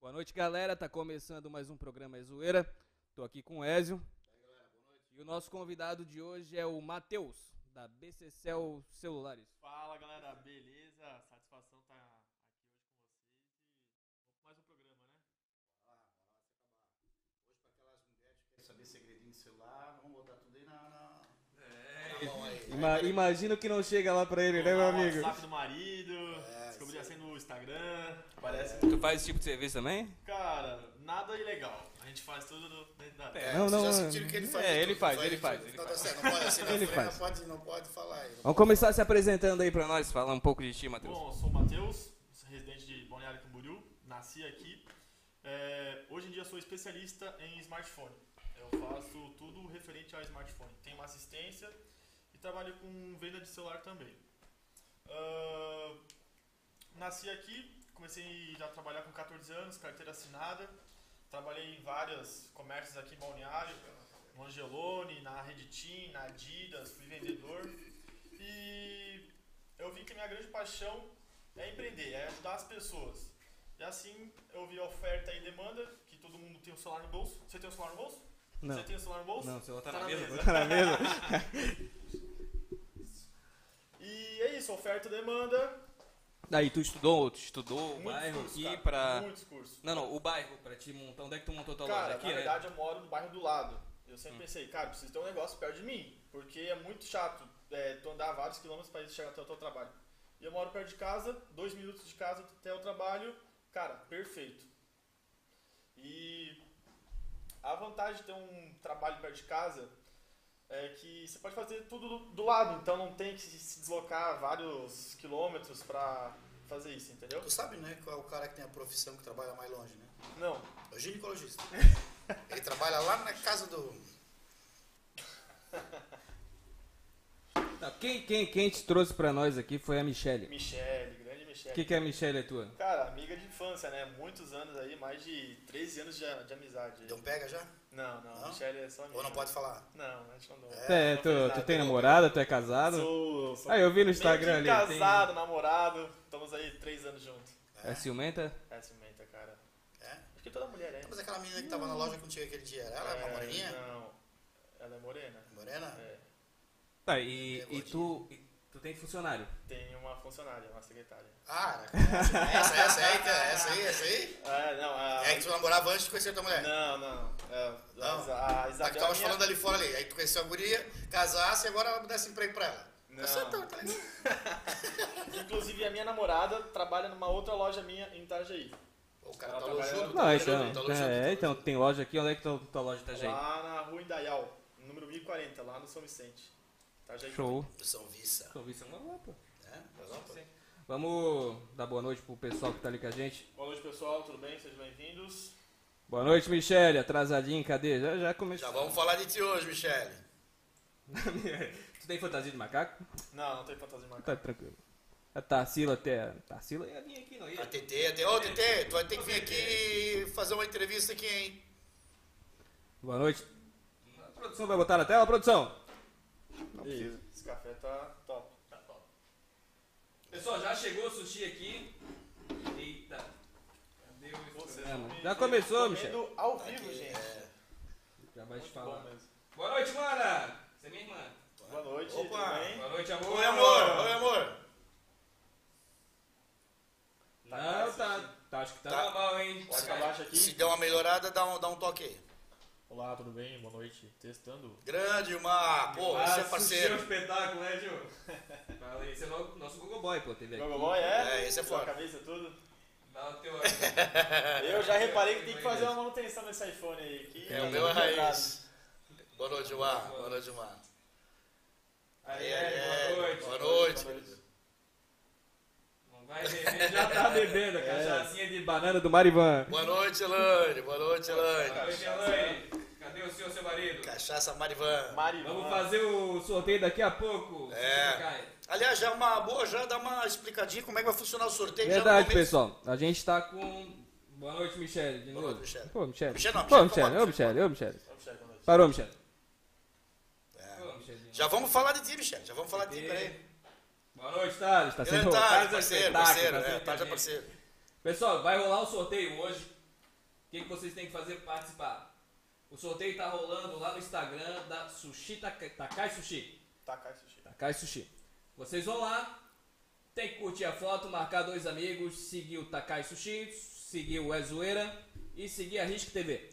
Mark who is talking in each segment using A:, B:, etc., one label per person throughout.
A: Boa noite, galera. Tá começando mais um programa É Zoeira. Tô aqui com o Ézio. E o nosso convidado de hoje é o Matheus, da BCCEL Celulares.
B: Fala galera, tá beleza? Satisfação estar aqui hoje com vocês e vamos pra mais um programa, né?
C: saber segredinho de celular, vamos botar tudo aí na, na...
A: Ima imagino que não chega lá pra ele, né, meu
B: Olha lá,
A: amigo?
B: WhatsApp do marido, descobri assim no Instagram, parece.
A: Tu faz esse tipo de serviço também?
B: Cara, nada ilegal. A gente faz tudo no- dentro da
A: Não, não,
C: É, já
A: não.
C: sentiram que ele faz
A: É,
C: de
A: ele
C: tudo,
A: faz,
C: só
A: ele
C: de
A: faz,
C: tudo.
A: ele
C: Não, tá certo, não pode, assim, na
A: Ele
C: frente,
A: faz.
C: Não pode, não pode falar aí.
A: Vamos começar se apresentando aí pra nós, falar um pouco de ti, Matheus.
B: Bom, eu sou o Matheus, sou residente de Balneário Camboriú, nasci aqui. É, hoje em dia sou especialista em smartphone. Eu faço tudo referente ao smartphone. Tenho uma assistência e trabalho com venda de celular também. Ah, nasci aqui, comecei já a trabalhar com 14 anos, carteira assinada. Trabalhei em vários comércios aqui em Balneário, no Angelone, na Reditim, na Adidas, fui vendedor. E eu vi que minha grande paixão é empreender, é ajudar as pessoas. E assim eu vi a oferta e demanda, que todo mundo tem o celular no bolso. Você tem o celular no bolso?
A: Não.
B: Você tem o celular no bolso?
A: Não, o celular tá
B: Tá
A: na
B: na
A: mesa.
B: mesa.
A: Tá na mesa.
B: E é isso, oferta e demanda,
A: Daí tu estudou, tu estudou o
B: muitos
A: bairro
B: cursos,
A: aqui
B: cara,
A: pra...
B: muitos cursos.
A: Não, não, o bairro pra te montar. Onde é que tu montou tua
B: Cara,
A: loja? Aqui,
B: na
A: né? Hum.
B: verdade eu moro no bairro do lado. Eu sempre pensei, cara, preciso ter um negócio perto de mim, porque é muito chato é, tu andar vários quilômetros para chegar até o teu trabalho. E eu moro perto de casa, dois minutos de casa até o trabalho, cara, perfeito. E a vantagem de ter um trabalho perto de casa é que você pode fazer tudo do- do lado, então não tem que se deslocar vários quilômetros para fazer isso, entendeu?
C: Tu sabe, né, qual é o cara que tem a profissão que trabalha mais longe, né?
B: Não,
C: É o ginecologista. Ele trabalha lá na casa do...
A: Tá, quem, quem, quem te trouxe pra nós aqui foi a Michelle.
B: Michele, grande
A: O
B: Michele.
A: que, que a Michelle é tua?
B: Cara, amiga de infância, né? Muitos anos aí, mais de 13 anos de, de amizade.
C: Deu um pega já?
B: Não, não,
C: Não?
B: a Michelle é só amiga.
C: Ou não pode falar?
B: Não, a gente não dá.
A: Tu é- tu,
B: Não fez
A: tu
B: nada.
A: tem namorada, tu é casado?
B: Sou, sou
A: Ah, eu vi no
B: meio
A: Instagram
B: que
A: ali. Tem...
B: casado, namorado, estamos aí 3 anos juntos.
A: É ciumenta?
B: É cimenta, cara.
C: É?
B: Acho que toda mulher é.
C: Mas aquela menina que tava na loja contigo aquele dia, ela é uma
B: É,
C: moreninha? Ah.
B: Não, ela é morena.
C: Morena?
B: É,
A: Tá, e,
C: É,
A: e tu, e tu tem funcionário?
B: tem uma funcionária, uma secretária.
C: Ah, era- essa, essa aí, cara, essa aí, essa aí.
B: Ah, não, a...
C: É que tu namorava antes de conhecer a tua mulher.
B: Não, não. É, a
C: Não?
B: Isa- A
C: Tá, que
B: Isabel
C: tava
B: é minha-
C: falando ali fora ali. Aí tu conheceu a guria, casasse e agora ela desse emprego pra ela.
B: Não.
C: Tá certo, tá ligado?
B: Inclusive, a minha namorada trabalha numa outra loja minha em Itajaí.
C: Pô, O cara
B: Ela
C: tá
B: trabalha-
C: luxando.
A: Não,
C: tá
A: então.
C: luxando, tá luxando,
A: é,
C: tá
A: então,
C: luxando.
A: tem loja aqui, onde é que tua, tua loja tá, gente?
B: Lá na rua Indaial, número 1040, lá no São Vicente. Tá, Itajaí.
A: Show.
C: São Vissa.
A: Tô ouvindo é uma roupa.
C: um né?
A: Vamos dar boa noite pro pessoal que tá ali com a gente.
B: Boa noite, pessoal. Tudo bem? Sejam bem-vindos.
A: Boa noite, Michelle. Atrasadinho, cadê? Já, já
C: Já
A: começou.
C: vamos falar de ti hoje, Michele.
A: tu tem fantasia de macaco?
B: Não, não tem fantasia de macaco.
A: Tá tranquilo. A Tarsila até. Tarsila ia vir aqui, não é?
C: A
A: ia?
C: TT, a TT. Ô, TT, tu vai ter que vir aqui fazer uma entrevista aqui, hein?
A: Boa noite. A produção vai botar na tela, produção?
B: Não precisa. Esse café tá top. Tá top.
A: Pessoal, já chegou o sushi aqui. Eita. Cadê o programa?
B: Vocês
A: É, Já começou, Michel.
B: Comendo ao vivo, gente.
A: é
C: É.
A: Já vai te
B: Muito
A: falar.
B: bom mesmo.
A: Boa noite, mana. Você é minha irmã.
B: Boa noite,
C: Opa.
B: tudo bem?
A: Boa noite, amor. Tá
C: Oi, amor. Oi, amor.
A: Não, tá, tá. Acho que tá,
C: Tá.
A: normal, hein?
B: Pode abaixo
C: Se
B: aqui.
C: der uma melhorada, dá um, dá um toque aí.
B: Olá, tudo bem? Boa noite. Testando.
C: Grande, Mar. Pô, você é
A: Sushi é um
C: parceiro.
A: espetáculo, né, Gil? Fala aí. Você é nosso, nosso Google Boy, pô. Teve aqui.
B: Gogoboy, é?
C: É, esse é
B: Sua
C: fora.
B: cabeça, tudo.
A: Dá o teu...
B: Eu já reparei que tem que fazer uma manutenção nesse iPhone aí. Que um
C: É, o meu é raiz. Boa noite, Mar. Boa noite, Mar.
A: Aí, aí, boa noite.
C: É, Boa noite.
B: Boa noite.
A: Não vai beber. Já tá bebendo a cachaçinha de banana do Marivan.
C: Boa noite, Elaine. Boa noite,
A: Boa
C: Elaine.
A: noite, Elaine. Cadê o seu, seu marido?
C: Cachaça Marivan.
B: Marivan.
A: Vamos fazer o sorteio daqui a pouco.
C: É.
A: Você cai.
C: Aliás, já é uma boa, já dá uma explicadinha como é que vai funcionar o sorteio. já no
A: Verdade,
C: começo.
A: pessoal. A gente tá com. Boa noite, Michele, de
C: Boa
A: novo.
C: noite, Michele.
A: Pô, Michele.
C: Michele não,
A: Pô,
C: Michele,
A: Michele,
C: toma.
A: ô, Michele, ô, Michele.
B: Vamos, Michele, boa noite.
A: Parou, Michele.
C: É.
A: Ô, Michele.
C: Já vamos falar de ti, Michel. Já vamos falar de ti, peraí.
A: Boa noite, Thales. Tá sendo
C: Grande
A: Thales é
C: tarde, parceiro,
A: espetáculo,
C: parceiro.
A: tá
C: É,
A: sempre com a
C: tarde é
A: gente.
C: parceiro.
A: Pessoal, vai rolar o sorteio hoje. que, que vocês têm que fazer para participar? O sorteio tá rolando lá no Instagram da Sushi Taka- Takai Sushi.
B: Tacar esse cheiro.
A: Takai Sushi. Vocês vão lá, tem que curtir a foto, marcar dois amigos, seguir o Takai Sushi, seguir o É Zoeira e seguir a Risque TV.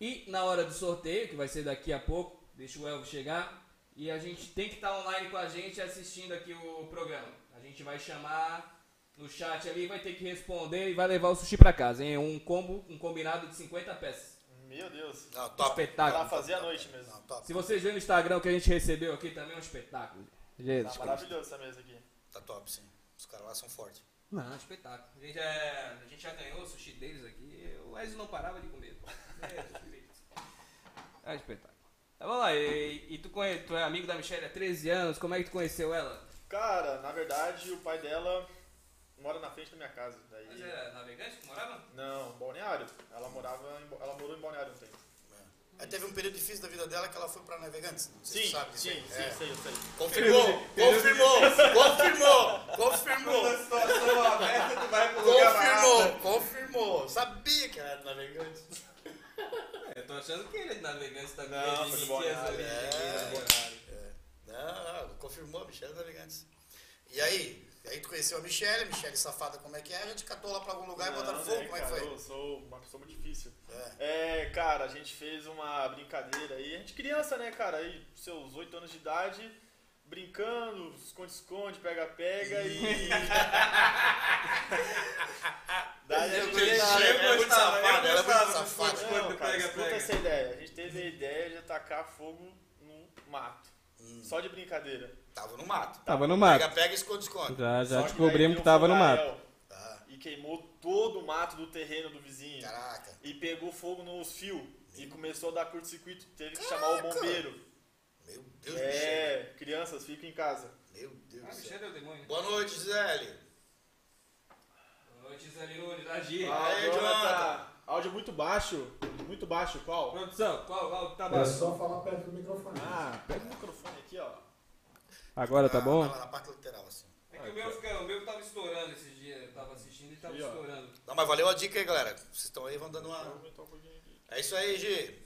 A: E na hora do sorteio, que vai ser daqui a pouco, deixa o Elvo chegar, e a gente tem que estar online com a gente assistindo aqui o programa. A gente vai chamar no chat ali, vai ter que responder e vai levar o sushi pra casa, hein? Um combo, um combinado de 50 peças. Um
B: Meu Deus.
C: Não, top.
A: Espetáculo.
B: Pra fazer à noite mesmo.
C: Não, top.
A: Se vocês verem no Instagram o que a gente recebeu aqui, também é um espetáculo.
B: Tá
A: Jesus. Cristo.
B: maravilhoso essa mesa aqui.
C: Tá top, sim. Os caras lá são fortes.
A: Não, espetáculo. A gente, é, a gente já ganhou o sushi deles aqui. O Ezio não parava de comer. Jesus Cristo. É espetáculo. Tá, vamos lá. E, e tu, conhe, tu é amigo da Michelle há 13 anos. Como é que tu conheceu ela?
B: Cara, na verdade, o pai dela mora na frente da minha casa. Daí...
A: Mas
C: é.
A: era navegante que morava?
B: Não, um Balneário. Ela morava em... Ela morou em Balneário um tempo.
C: Aí teve um período difícil da vida dela que ela foi pra Navegantes. Não sei se
B: Sim,
C: tu sabe disso
B: sim,
C: aí.
B: sim,
C: É.
B: sei, eu sei.
C: Confirmou, confirmou, confirmou, confirmou,
D: Quando a situação aberta, tu vai pro lugar
C: confirmou, confirmou. Sabia que ela era navegante.
A: Eu tô achando que ele é navegante também.
B: Não, foi de é, Balneário,
A: né?
C: Não, não, confirmou, a Michelle Navegantes. E aí? E aí tu conheceu a Michelle, Michelle safada como é que é, a gente catou lá pra algum lugar e botaram
B: Não,
C: fogo,
B: né,
C: como é que
B: cara,
C: foi?
B: Eu sou uma pessoa muito difícil.
C: É.
B: É, cara, a gente fez uma brincadeira aí. A gente criança, né, cara? Aí, seus 8 anos de idade, brincando, esconde-esconde, pega-pega e.
A: é
B: Daí a
C: Eu
B: gente.
C: conheci, ela é muito
D: gostava, eu
C: safada, ela é muito
D: gostava.
C: safada.
B: Não, cara,
D: Pega,
B: escuta
D: pega.
B: essa ideia. A gente teve a ideia de atacar fogo no mato.
C: Hum,
B: Só de brincadeira.
C: tava no mato.
A: Tava no
C: Pega, pega, esconde, esconde.
A: Já,
B: Só que daí deu fogaréu
C: Tá.
B: E queimou todo o mato do terreno do vizinho.
C: Caraca.
B: e pegou fogo nos fios e começou a dar curto-circuito, teve que chamar o bombeiro.
C: Meu Deus, Michelle.
B: É, crianças, fiquem em casa.
C: Meu Deus
A: Ah,
C: do céu.
A: Michelle é o demônio.
C: Boa noite, Gisele.
A: Boa noite, Zé Nunes. Agir.
C: Aí, Jonathan.
B: Áudio muito baixo, muito baixo, qual?
A: Produção, qual, qual tá o
E: É
A: tamanho?
E: só falar perto do microfone.
B: Ah, pega o microfone aqui, ó.
A: Agora tá
C: Ah, Tava na parte lateral, assim.
A: É que o meu, fica- o meu tava estourando esses dias. Eu tava assistindo e tava
B: Ih, ó.
A: estourando.
C: Não, mas valeu a dica aí, galera. Vocês estão aí, vão dando uma.
B: um
C: É isso aí, Gi.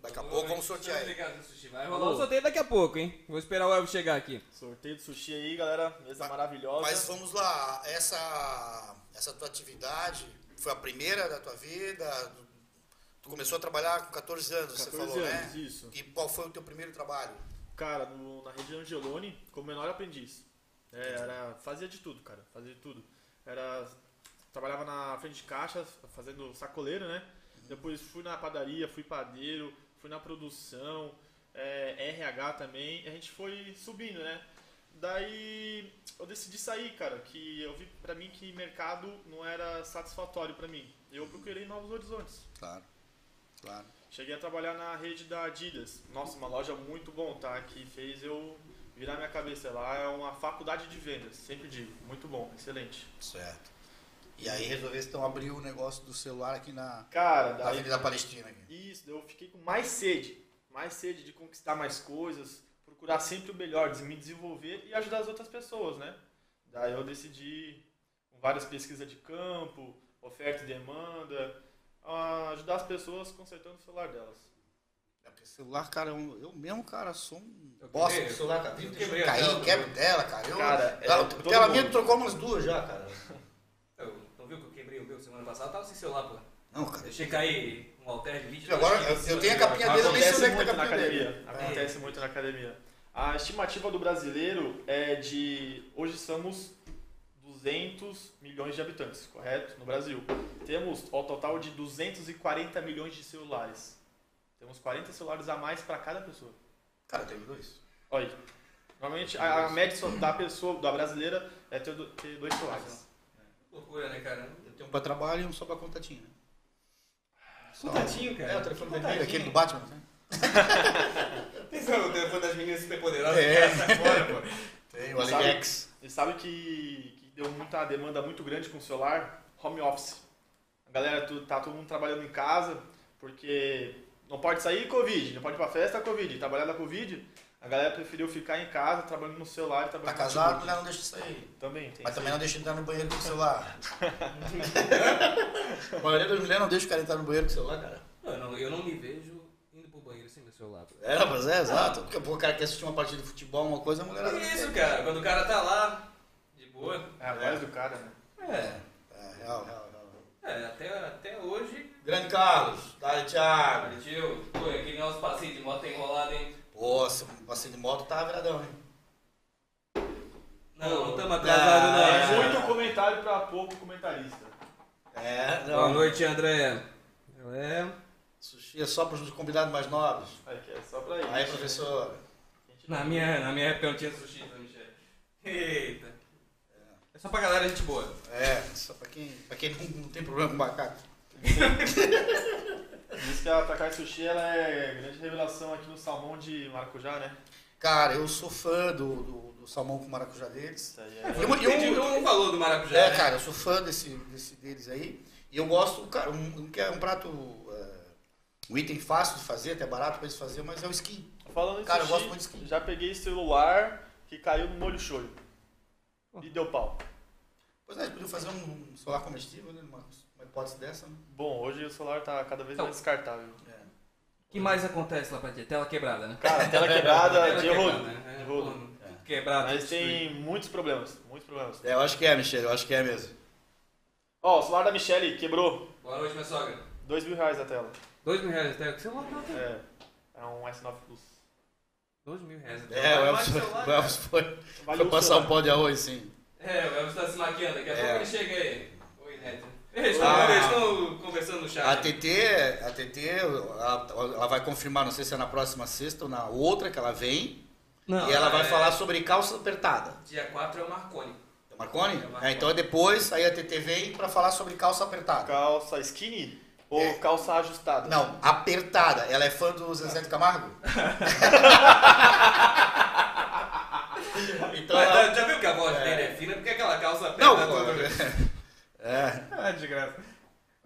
C: Daqui a
A: Então,
C: pouco vamos sortear aí.
A: Obrigado, tá Sushi. Vai rolar o
B: Alô.
A: sorteio daqui a pouco, hein? Vou esperar o Elvo chegar aqui.
B: Sorteio de sushi aí, galera, mesa maravilhosa.
C: Mas vamos lá, essa, essa tua atividade foi a primeira da tua vida? Tu começou a trabalhar com 14 anos, você
B: 14
C: falou,
B: anos,
C: né?
B: isso.
C: E qual foi o teu primeiro trabalho?
B: Cara, no- na rede Angeloni, como menor aprendiz. É, era, fazia de tudo, cara. Fazia de tudo. Era, trabalhava na frente de caixa, fazendo sacoleiro, né? Depois fui na padaria, fui padeiro, fui na produção, é, RH também. E a gente foi subindo, né? Daí eu decidi sair, cara, que eu vi pra mim que mercado não era satisfatório pra mim. Eu procurei novos horizontes.
C: Claro, claro.
B: Cheguei a trabalhar na rede da Adidas. Nossa, uma loja muito bom, tá? Que fez eu virar minha cabeça lá. É uma faculdade de vendas, sempre digo. Muito bom, excelente.
C: Certo. E aí resolveste então abrir o negócio do celular aqui na,
B: Cara,
C: na
B: daí.
C: Avenida Palestina. Aqui.
B: Isso, eu fiquei com mais sede. Mais sede de conquistar mais coisas, procurar sempre o melhor, de me desenvolver e ajudar as outras pessoas, né? Daí eu decidi, com várias pesquisas de campo, oferta e demanda, ah, ajudar as pessoas consertando o celular delas.
C: É, porque celular, cara, eu, eu mesmo, cara, sou um
A: Eu
C: bosta
A: quebrei,
C: do celular, cara.
A: eu
C: Viu?
A: quebrei a
C: Caí,
A: tela.
C: quebro dela, cara. Eu,
B: Cara, é, todo
C: ela, tela
B: mundo.
C: Então, ah, minha trocou umas duas já, cara.
A: Eu, não viu que eu quebrei o meu semana passada? Eu tava sem celular, pô.
C: Não, cara.
A: Deixei cair um alter de vídeo.
C: Agora eu, eu tenho a capinha dele, eu nem sei
B: Acontece
C: onde é que tá
B: muito
C: a
B: na
C: capinha
B: academia.
C: dele.
B: Acontece muito na academia. A estimativa do brasileiro é de. Hoje somos 200 milhões de habitantes, correto? No Brasil. Temos ao total de 240 milhões de celulares. Temos 40 celulares a mais para cada pessoa.
C: Cara, eu tenho dois.
B: Olha aí. Normalmente a, a média só da pessoa, da brasileira, é ter, do- ter dois celulares.
A: Loucura, né, cara?
C: Eu tenho um pra trabalho e um só pra contatinho, né? Só-
A: Contatinho, cara.
C: É, o telefone vermelho, aquele do Batman. né?
A: Pensa no telefone das meninas superpoderosas.
C: É.
A: cara, Agora, pô.
C: Tem
B: o
C: o
B: Sabe?
C: AliEx.
B: E sabe que, que deu muita demanda muito grande com o celular? Home office. A galera tu- tá todo mundo trabalhando em casa, porque não pode sair Covid, não pode ir pra festa Covid, trabalhar na Covid. A A galera preferiu ficar em casa, trabalhando no celular e
C: Tá
B: trabalhando no
C: casado, a
B: notebook.
C: mulher não deixa isso aí.
B: Também, Tipo tem
C: Mas
B: isso
C: também
B: aí.
C: não deixa entrar no banheiro com o celular. a maioria das mulheres não deixa o cara entrar no banheiro com o celular, cara.
F: Eu não, eu não me vejo indo pro banheiro sem meu celular.
C: É, mas é, exato. Porque pô, o cara quer assistir uma partida de futebol, uma coisa, a mulher...
A: Que É isso, cara? Quando o cara tá lá, de boa.
B: É a voz do cara, né?
A: É,
C: É, real, real, real.
A: é até, até hoje.
C: Grande Carlos, Dário Thiago.
A: Cara, tio, pô, aquele nosso passeio de moto enrolado, hein?
C: Nossa, o passeio de moto tá viradão, hein?
F: Não, Ah, não estamos atrasados, não.
C: É.
B: Muito comentário pra pouco comentarista.
C: É,
F: Boa
C: não.
F: noite, André. É.
C: Sushi é só pros convidados mais novos.
B: Aí que é só pra isso.
C: Aí, professor.
F: Na minha, na minha época eu não tinha sushi, né, Michele? Eita. É só pra galera gente boa.
C: É, só pra quem, pra quem não, não tem problema com macaco.
B: Diz que a Takai Sushi ela é grande revelação aqui no salmão de maracujá, né?
C: Cara, eu sou fã do, do, do salmão com maracujá deles.
B: Isso aí é.
C: Eu- eu-
F: Entendi, tu não falou do maracujá,
C: É,
F: né?
C: cara, eu sou fã desse, desse deles aí. E eu gosto, cara, um, um que é um prato, é, um item fácil de fazer, até barato pra eles fazer, mas é o skin.
B: Falando em
C: Cara, eu
B: sushi,
C: gosto muito de skin.
B: já peguei celular que caiu no molho shoyu. E deu pau.
C: Pois é, eles podiam fazer um solar comestível, né? Uma, uma hipótese dessa, né?
B: Bom, hoje o celular tá cada vez
F: Então-
B: mais descartável.
C: É.
F: O que mais acontece lá pra ti? Tela quebrada, né?
B: Cara, tela quebrada
F: Tela
B: de
F: quebrada,
B: rodo.
F: né?
B: de
F: É,
B: rodo.
F: pô,
C: É.
F: Quebrada.
B: Mas
F: destruída.
B: tem muitos problemas, muitos problemas.
C: eu acho que é, Michele, eu acho que é mesmo.
B: Ó, o celular da Michelle quebrou.
F: Boa noite, minha sogra.
B: Dois mil reais a tela.
F: Dois mil reais, até que você lá tá.
B: É. É um S9 Plus.
F: Dois mil reais. até.
C: É, o
A: Vai
C: Elvis
A: mais
C: foi,
A: celular,
C: o Elvis foi,
B: Vale
C: foi
B: o
C: passar um
B: celular.
C: pó de arroz, sim.
F: É, o Elvis tá se maquiando, daqui a
C: É.
F: pouco ele chega aí. Oi, Neto. Eles
C: Ah.
F: estão conversando
A: É.
F: no
C: A
F: chat.
C: TT, a TT, ela, ela vai confirmar, não sei se é na próxima sexta ou na outra que ela vem,
F: Não,
C: e ela vai
F: é-
C: falar sobre calça apertada.
F: Dia 4 é o Marconi.
C: É o Marconi?
F: É o Marconi.
C: É, então é depois, aí a TT vem pra falar sobre calça apertada.
B: Calça skinny ou
C: É.
B: calça ajustada?
C: Não, apertada. Ela é fã do Zezé do Camargo? então
F: Mas
C: ela...
F: já- já viu que a voz dele é fina? Porque aquela calça né? aperta
C: Não,
F: toda.
C: é,
F: Ah, de graça.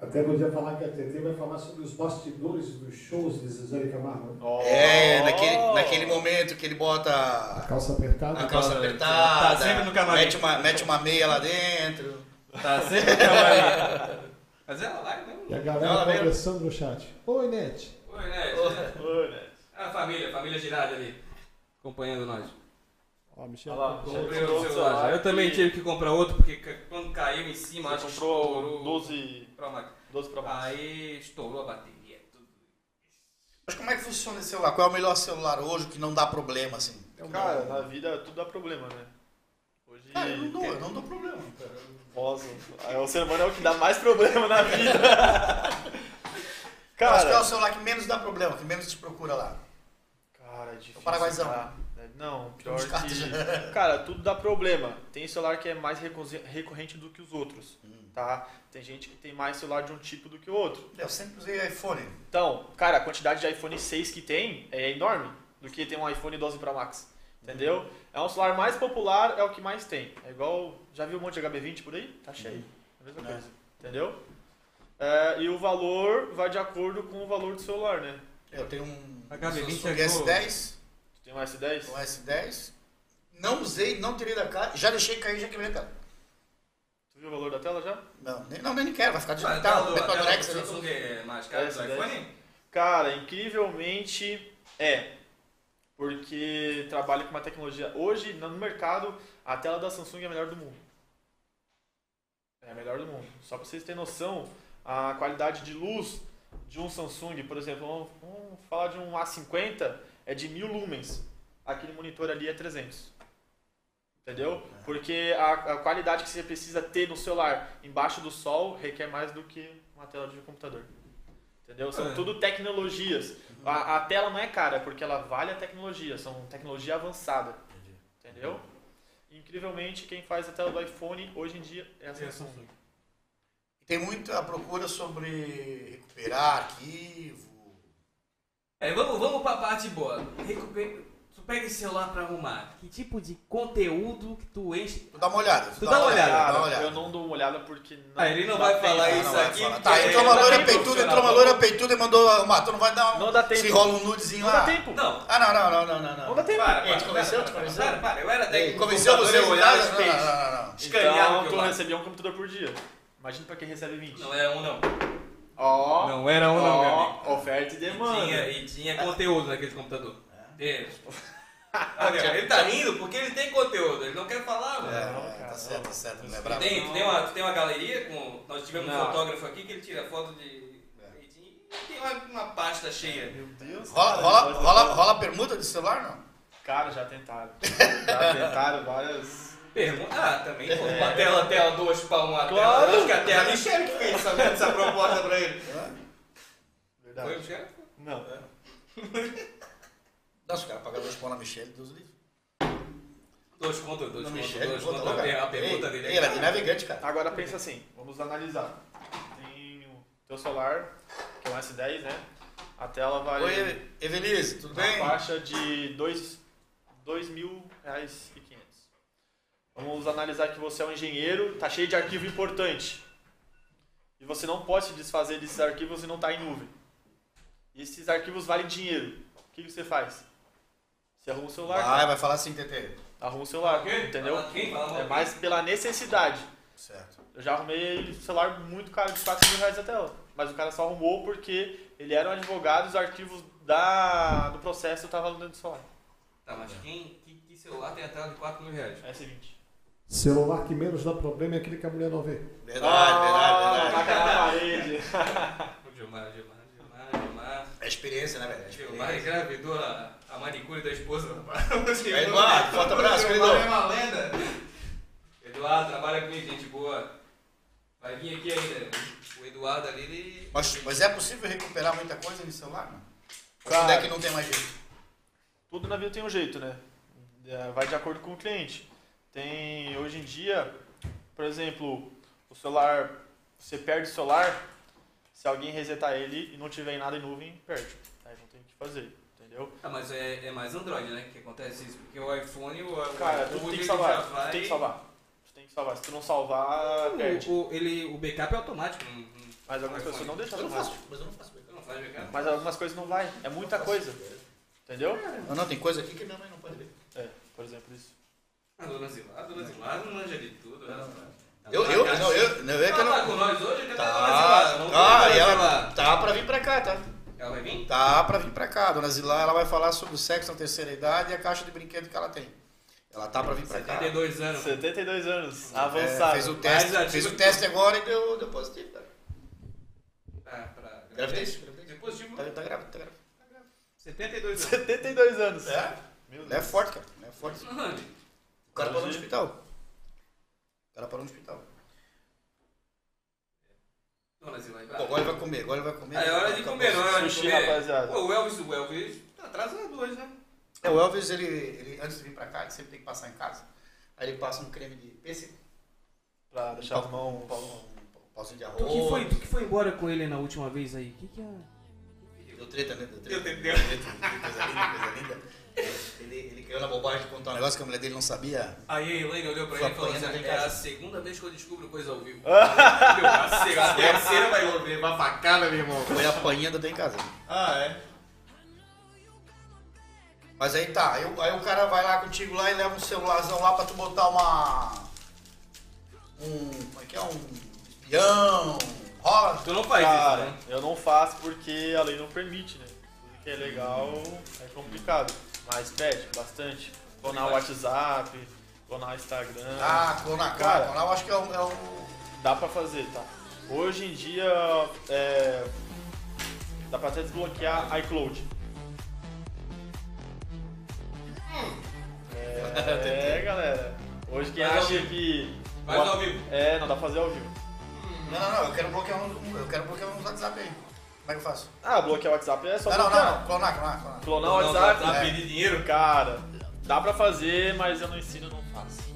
E: Até podia falar que a TT vai falar sobre os bastidores dos shows de Zezé de Camargo. né?
B: Oh.
C: é naquele, naquele momento que ele bota
E: Calça apertada.
C: a calça apertada,
F: Tá sempre no camarim.
C: mete, uma, mete uma meia lá dentro.
F: Tá sempre trabalhando. Mas ela vai mesmo.
E: E a
C: Ela
E: galera
C: mesmo.
E: conversando no chat. Oi, Net.
F: Oi, Neto. É
B: Oi, né?
F: A família, a família girada ali. Acompanhando nós.
E: Ó, Michel.
B: Olha lá,
E: Michel.
F: Comprei o
B: Comprou um
F: celular.
B: celular
F: Eu também
B: que-
F: tive que comprar outro, porque ca- quando caiu em cima, acho
B: Você
F: que
B: comprou
F: estourou.
B: 12,
F: Pra máquina.
B: 12 pra mais.
F: Aí estourou a bateria. tudo.
C: Mas como é que funciona esse celular? Qual é o melhor celular hoje que não dá problema, assim?
B: Cara, na vida tudo dá problema, né? Hoje.
C: Cara, eu não dou, eu não dou problema.
B: Nossa, aí o ser humano é o que dá mais problema na vida.
C: Eu acho que é
B: cara.
C: o celular que menos dá problema, que menos te procura lá.
B: Cara, é difícil.
C: Paraguaizão.
B: tá? Não, pior
C: Os caras
B: que. Cara, tudo dá problema. Tem celular que é mais recorre- recorrente do que os outros,
C: Hum.
B: tá? Tem gente que tem mais celular de um tipo do que o outro.
C: Eu sempre usei iPhone.
B: Então, cara, a quantidade de iPhone 6 que tem é enorme do que tem um iPhone 12 Pro Max. Entendeu? É um celular mais popular, é o que mais tem. É igual. Já viu um monte de HB20 por aí? Tá cheio. É a mesma
C: É.
B: coisa. Entendeu? É, e o valor vai de acordo com o valor do celular, né?
C: Eu tenho um
F: HB20
C: Samsung
F: é novo.
C: S10,
B: Tu tem um S10?
C: um S10. Não usei, não tirei da cara, já deixei cair, já quebrei a tela.
B: Tu viu o valor da tela já?
C: Não, nem, não, nem quero, vai ficar
F: Ah,
A: tá,
C: desconectado.
A: então,
F: do-
C: Meto
F: a tela
C: Alexa,
F: do
C: Tá, né?
F: Samsung é mais cara do
B: Essa daí.
F: iPhone?
B: Cara, incrivelmente é. Porque trabalha com uma tecnologia. Hoje, no mercado, a tela da Samsung é a melhor do mundo. É a melhor do mundo. Só pra vocês terem noção, a qualidade de luz de um Samsung, por exemplo, vamos, vamos falar de um A50, é de 1000 lumens. Aquele monitor ali é 300. Entendeu? Porque a, a qualidade que você precisa ter no celular embaixo do sol requer mais do que uma tela de um computador. Entendeu? São
F: É.
B: tudo tecnologias. A, a tela não é cara, porque ela vale a tecnologia. São tecnologia avançada. Entendeu? Incrivelmente, quem faz a tela do iPhone hoje em dia é a
F: É a
B: Samsung.
C: Tem muita procura sobre recuperar arquivo.
F: É, vamos, vamos pra parte boa. Recuper... tu pega esse celular pra arrumar, que tipo de conteúdo que tu enche?
C: Tu dá uma olhada.
F: Tu dá uma olhada,
C: Dá uma
B: eu
C: olhada.
B: não dou uma olhada porque não.
A: Ah, ele não vai
B: tem,
A: falar
B: né?
A: isso
B: Não vai
A: aqui,
B: falar.
C: Tá,
A: É,
C: entrou
A: não
C: uma
A: dá
C: loira
A: tempo,
C: peituda,
A: cara.
C: entrou uma loira peituda então e mandou arrumar. Tu não vai dar um.
B: Não dá tempo.
C: Se rola um nudezinho
B: Não
C: lá.
B: dá tempo.
A: Não,
C: Ah, não, não, não, não, não.
B: Não
C: não.
B: dá tempo.
A: para,
C: Ei,
A: para.
C: te convenceu? Te
A: para,
C: convenceu?
A: Para, para, eu era
C: Ei,
A: técnico.
C: Convenceu
A: computador,
C: você a
A: eu
C: olhar? Ah,
A: olhava
C: Não,
A: os peixes.
C: não, não, não.
A: Escaneava
B: Então,
A: o que
B: tu
A: eu olhava.
B: recebia um computador por dia. Imagina pra quem recebe 20.
A: Não era um, não.
B: Ó,
F: Não era um, não, meu amigo.
B: ó, oferta e
A: E tinha,
B: demanda.
A: e tinha conteúdo naquele computador.
C: É.
A: Deus. Ah, cara, ele tá rindo porque ele tem conteúdo, ele não quer falar, mano.
C: É, tá certo, tá certo. Não é
A: Tu
C: brabo.
A: tem, tu tem uma, tu tem uma galeria com. Nós tivemos um
F: Não.
A: fotógrafo aqui que ele tira foto de.
C: É.
A: E tem uma, uma pasta cheia.
B: Meu Deus.
C: Rola,
B: cara, pode
C: rola,
B: dar
C: rola,
B: tempo.
C: rola permuta de celular, não?
B: Cara, já tentaram. Já tentaram várias.
A: Pergunta. Ah, também, pô. Uma tela, tela 2 pra uma tela.
B: Claro.
A: Acho que até a Michelle que fez essa, essa proposta pra ele. Foi
B: Verdade.
A: Michelle?
B: Não.
C: Nossa, o cara paga dois pau na Michelle, Deus livre.
A: Dois contra dois
C: Na
A: contra dois
C: pô, tá
A: contra.
C: louco,
A: A
C: cara.
A: pergunta
C: Ei,
A: dele
C: ei, Ela é de
A: é.
C: navegante, cara.
B: Agora pensa assim, vamos analisar. Tem o teu celular, que é um S10, né? A tela vale
C: Oi, Eve- Evelise, tudo
B: na
C: bem?
B: faixa de dois dois mil reais e quinhentos. Vamos analisar que você é um engenheiro, tá cheio de arquivo importante. E você não pode se desfazer desses arquivos e não tá em nuvem. E esses arquivos valem dinheiro. O que que você faz? Você arruma o celular,
C: Vai, vai falar assim, TT.
B: cara. arruma o celular,
A: Ok?
B: entendeu?
A: Fala quem? Fala
B: É
A: quem?
B: mais pela necessidade.
C: Certo.
B: Eu já arrumei celular muito caro, de 4 mil reais até hoje. Mas o cara só arrumou porque ele era um advogado e os arquivos da, do processo estavam dentro do celular.
A: Tá, mas quem. Que, que celular tem a tela de 4 mil reais?
B: S20.
E: Celular que menos dá problema é aquele que a mulher não vê.
C: Verdade, verdade, verdade.
B: Taca Ah, tá na parede.
A: Ah, O Gilmar, Gilmar, Gilmar, Gilmar.
C: É experiência, né, velho? É
A: Gilmar
C: experiência.
A: engravidou a, a manicure da esposa.
C: É, Eduardo, forte abraço, querido.
A: Gilmar é uma lenda. Eduardo, trabalha comigo, gente boa. Vai vir aqui ainda. O Eduardo ali, ele...
C: Mas, mas é possível recuperar muita coisa no celular, não?
B: Claro.
C: Onde é que não tem mais jeito?
B: Tudo na vida tem um jeito, né? É, Vai de acordo com o cliente. Tem, hoje em dia, por exemplo, o celular, você perde o celular, se alguém resetar ele e não tiver em nada em nuvem, perde. Aí não tem o que fazer, entendeu?
A: Ah, mas é, é mais Android, né? Que acontece isso. Porque o iPhone, o
B: Cara,
A: o
B: tu tem
A: ele
B: que
A: já
B: salvar.
A: vai-
B: Tu tem que salvar. Tu tem que salvar. Se tu não salvar, perde.
A: O, o, ele, o backup é automático. não- não-
B: Mas
A: iPhone.
B: algumas pessoas não deixam
C: Eu não
B: salvar.
C: faço, mas eu não faço.
A: Tu não faz backup?
B: Mas algumas coisas não vai. É muita coisa. Entendeu?
C: Não, não, tem coisa aqui que minha mãe não pode ver.
B: É, por exemplo, isso.
A: A Ah, dona Zilá, a dona Zilá não manja de tudo. Ela, ela
C: Eu,
A: tá
C: eu,
A: na
C: não,
A: casa-
C: eu, não, eu é
A: Ela
C: que eu
A: tá
C: não.
A: com nós hoje, até a dona Zilá.
C: Tá,
A: Vamos
C: tá,
A: ver a
C: e
A: dona
C: ela
A: Zilá.
C: tá pra vir pra cá, tá?
A: Ela vai vir?
C: Tá pra vir pra cá. A dona Zilá, ela vai falar sobre o sexo na terceira idade e a caixa de brinquedo que ela tem. Ela tá pra vir pra cá.
A: 72 anos.
B: 72 anos.
C: É,
B: Avançado.
C: fez o teste,
A: ativa
C: fez o
A: que-
C: teste agora e deu, deu positivo. Tá,
A: Pra, pra
C: Gravidez,
A: De um positivo.
C: tá, tá grávida, tá grávida.
A: 72 anos.
B: 72 anos.
C: É?
B: Meu
C: Ela é forte, cara. Ela é forte.
A: Mano,
C: O cara parou no
B: Hoje-
C: hospital. O cara parou no hospital.
A: Dona Zilai,
C: Pô,
A: vai.
C: agora ele vai comer, agora ele vai comer.
A: Ah, é hora de
C: Acabou.
A: comer, não é hora de
B: Sushi,
A: comer.
B: rapaziada.
A: Pô, o Elvis, o Elvis tá atrasado hoje, né?
C: É, o Elvis, ele, ele, antes de vir pra cá, ele sempre tem que passar em casa. Aí ele passa um creme de pêssego,
B: Pra deixar as mãos.
C: um pau- um pauzinho de arroz.
F: Tu que, foi, tu que foi embora com ele na última vez aí? Que que é?
C: Deu treta, né? Deu treta.
A: Deu treta.
C: Que Coisa linda, coisa linda. Ele, ele caiu na bobagem de contar um negócio que a mulher dele não sabia.
A: Aí a Elaine olhou pra
C: Sua
A: ele e falou
C: apanhada
A: assim:
C: em
A: é a
C: casa."
A: segunda vez que eu descubro coisa ao vivo. Meu parceiro, a terceira vai ouvir uma facada, meu irmão.
C: Foi apanhando até em casa.
A: Ah, é?
C: Mas aí tá, aí, o- aí o cara vai lá contigo lá e leva um celularzão lá pra tu botar uma. Um. Como é que é? Um espião. um Rola.
A: Tu não faz
B: Cara,
A: isso, né?
B: eu não faço porque a lei não permite, né? Tudo que é legal é complicado. Mas pede bastante. Clonar o WhatsApp, clonar o Instagram.
C: Ah, clonar, cara.
B: Cara.
C: Clonar eu acho que é um. É um
B: Dá pra fazer, tá? Hoje em dia, é, dá pra até desbloquear iCloud. É, é, galera. Hoje quem
A: Faz ao
B: acha
A: vivo.
B: que...
A: Faz ao vivo.
B: É, não dá pra fazer ao vivo.
C: não, não, não, eu quero bloquear um. Eu quero bloquear um WhatsApp aí. Como é que eu faço?
B: Ah, bloquear o WhatsApp é só
C: Não, não,
B: bloquear.
C: não, não. Clonar, clonar, clonar.
B: Clonar o
A: Não,
B: WhatsApp,
A: tá
C: é.
A: pedir dinheiro.
B: cara, dá pra fazer, mas eu não ensino, eu não faço.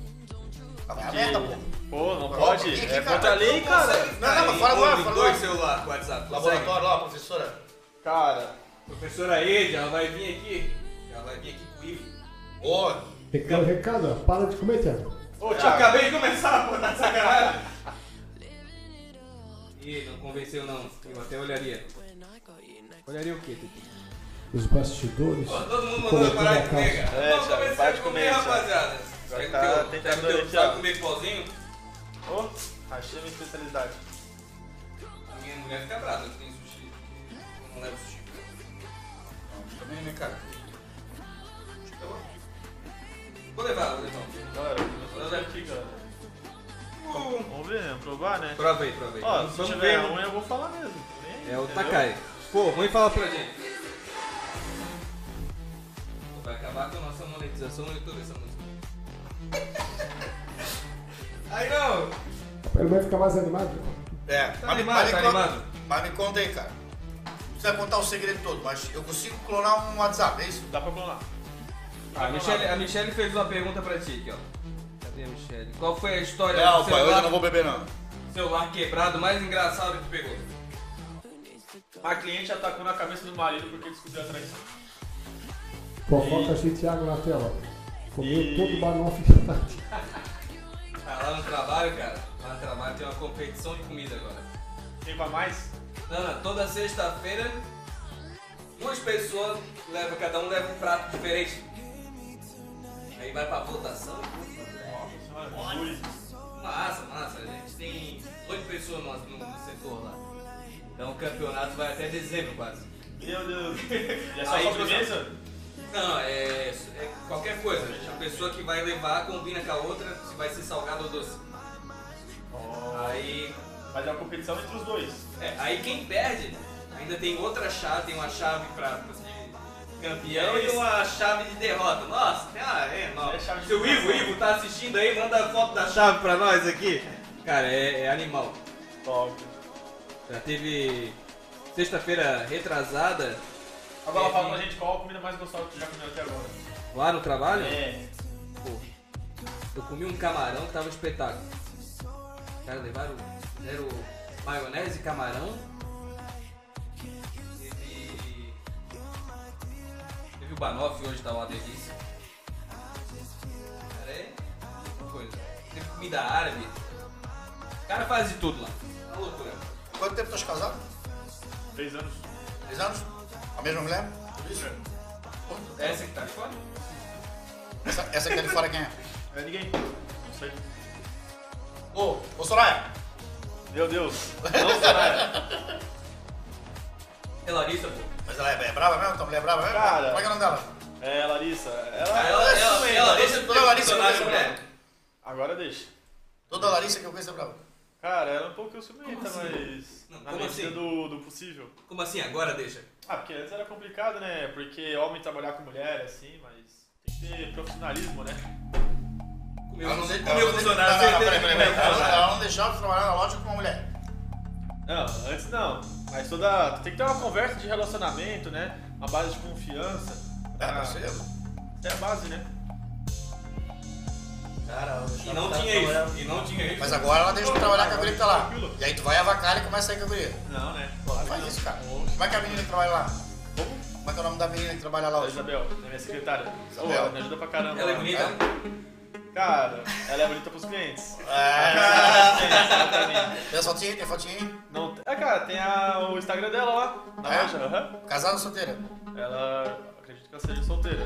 C: Tá
B: Porque-
C: aberta, pô.
B: Pô, não
C: Opa,
B: pode?
C: e aqui,
B: É
C: cara?
B: contra a lei, cara.
A: Consegue,
C: Não, não, mas fala
A: envolve
C: agora, fala
A: dois
C: agora.
A: celular com WhatsApp. consegue?
C: Laboratório lá, professora.
B: Cara,
A: Professora Ed, ela vai vir aqui. Ela vai vir aqui com o Ivo.
C: Boa.
E: Pequeno recado, ó, para de comer, Thiago.
G: Ô, tio, acabei de começar, pô, tá de sacanagem.
A: Ih, não convenceu não. Eu até olharia. Olharia o quê, Tupi?
E: Os bastidores.
A: Ó, todo mundo
E: é
A: mandando parar de comer, cara.
G: É, Thiago,
A: Vamos
G: para
A: começar
G: de
A: a
G: comer,
A: comer,
G: Thiago.
A: rapaziada. Sabe
B: tá
A: que eu-
B: tentando
A: sabe que eu-
B: aí, Thiago.
A: Sabe comer pauzinho?
B: Ô, achei minha especialidade.
A: A minha mulher fica brava que tem sushi. Eu não levo sushi.
C: Também, né, cara?
A: Vou levar, um vou levar.
B: Galera, eu sou aqui, galera. Vamos ver, né? Provar, né?
A: Prova aí, prova aí.
B: Ó,
A: Vamos-
B: se
A: vamos
B: tiver
A: ver.
B: ruim, eu vou falar mesmo. Nem aí,
A: É o
B: entendeu?
A: Takai. Pô, mãe fala pra gente. Pô, Vai acabar com a nossa monetização no YouTube essa música. Aí não!
E: Ele vai ficar mais animado.
C: É.
A: Tá
C: mas
A: animado,
C: me- mas me
A: tá
C: conta-
A: animado?
C: Mas me conta aí, cara. Não precisa contar o segredo todo, mas eu consigo clonar um WhatsApp, é isso?
B: Dá pra clonar.
A: A Michelle, a Michelle fez uma pergunta pra ti aqui, ó. Cadê a Michelle? Qual foi a história do celular,
C: beber, não.
A: celular quebrado mais engraçado que tu pegou?
B: A cliente tá atacou na cabeça do marido porque descobriu a traição.
E: Fofocas de Thiago na tela. Comeu
B: E-
E: todo o banoff da tarde.
A: Ah, lá no trabalho, cara. Lá no trabalho tem uma competição de comida agora.
B: Tem pra mais?
A: Ana, toda sexta-feira, duas pessoas, leva, cada um leva um prato diferente. Aí vai pra votação.
B: Ui.
A: Massa, massa. A gente tem oito pessoas no, no, no setor lá. Então o campeonato vai até dezembro quase.
B: Meu Deus. E é só
A: Aí,
B: sobremesa?
A: Não, é, é qualquer coisa. A pessoa que vai levar combina com a outra se vai ser salgado ou doce. Aí
B: Mas é uma competição entre os dois.
A: É, aí quem perde ainda tem outra chave, tem uma chave pra de campeão e uma chave de derrota. Nossa, tem uma, é, não.
B: É chave de
A: Se o Ivo,
B: derrota.
A: Ivo tá assistindo aí, manda a foto da chave pra nós aqui. Cara, é, é animal.
B: Top.
A: Já teve sexta-feira retrasada É,
B: Agora fala pra gente qual a comida mais gostosa que tu já comeu até agora.
A: lá no trabalho.
B: É.
A: Pô, eu comi um camarão que tava um espetáculo. Cara, levaram fizeram maionese, camarão. Teve. Teve o banoffee hoje, tava uma delícia. Cara, é. que Coisa. Teve comida árabe. O cara faz de tudo lá. É uma loucura.
C: Quanto tempo tu és casado?
B: Três anos.
C: Três anos? A mesma mulher?
B: Isso.
A: Essa que tá de fora?
C: Essa, essa que tá de fora quem é?
B: É ninguém. Não sei.
C: Ô, ô Soraya,
B: Meu Deus. Não será.
A: É Larissa, pô.
C: mas ela é, é brava mesmo? Tua mulher é brava mesmo?
B: Cara.
C: Como é que é o nome dela?
B: É, Larissa.
A: Ah,
B: Ela...
A: ela, ela, ela,
C: também,
A: deixa
C: Larissa- toda Larissa
A: é personagem,
C: mesmo,
A: né?
B: Agora deixa.
C: Toda Larissa que eu conheço é brava.
B: Cara, ela é um pouco ciumenta,
A: Como assim?
B: mas.
A: Não,
B: na
A: como
B: medida
A: assim?
B: do, do possível.
A: Como assim? Agora deixa.
B: Ah, porque antes era complicado, né? Porque homem trabalhar com mulher, assim, mas. Tem que ter profissionalismo, né?
A: Comeu
C: Ela não
A: funcionário, comeu
C: deixa- ela não deixa-
A: funcionário,
C: não, não, não,
A: certeza
C: peraí,
A: que
C: peraí,
A: comeu
C: peraí. Ela
A: funcionário.
C: ela não deixava de trabalhar na loja com uma mulher.
B: Não, antes não. Mas toda. Tem que ter uma conversa de relacionamento, né? Uma base de confiança.
C: É,
B: pra-
C: mas
A: Ah.
C: eu-
B: É a base, né?
C: Cara, eu
A: E
C: deixava
A: não
C: de
A: tinha
C: trabalhar.
A: isso. E não tinha isso.
C: Mas agora ela deixa de trabalhar com a guria que tá lá.
B: Tranquilo.
C: E aí tu vai avacalha e começa a sair com a guria.
B: Não, né?
C: Não faz isso, cara. Como é que a menina que trabalha lá? Como é que é o nome da menina que trabalha lá
B: Ô,
C: hoje?
B: Isabel, é minha secretária. Ô,
C: Isabel.
B: ela me ajuda pra caramba.
A: Ela é
B: lá.
A: bonita?
B: Cara, ela é bonita pros clientes.
C: É,
B: Ela é bonita ela pra mim.
C: tem a fotinha, tem a fotinha aí.
B: Não, é, cara, tem a- o Instagram dela lá, na
C: É?
B: loja. aham.
C: Casada ou solteira?
B: Ela, acredito que ela seja solteira.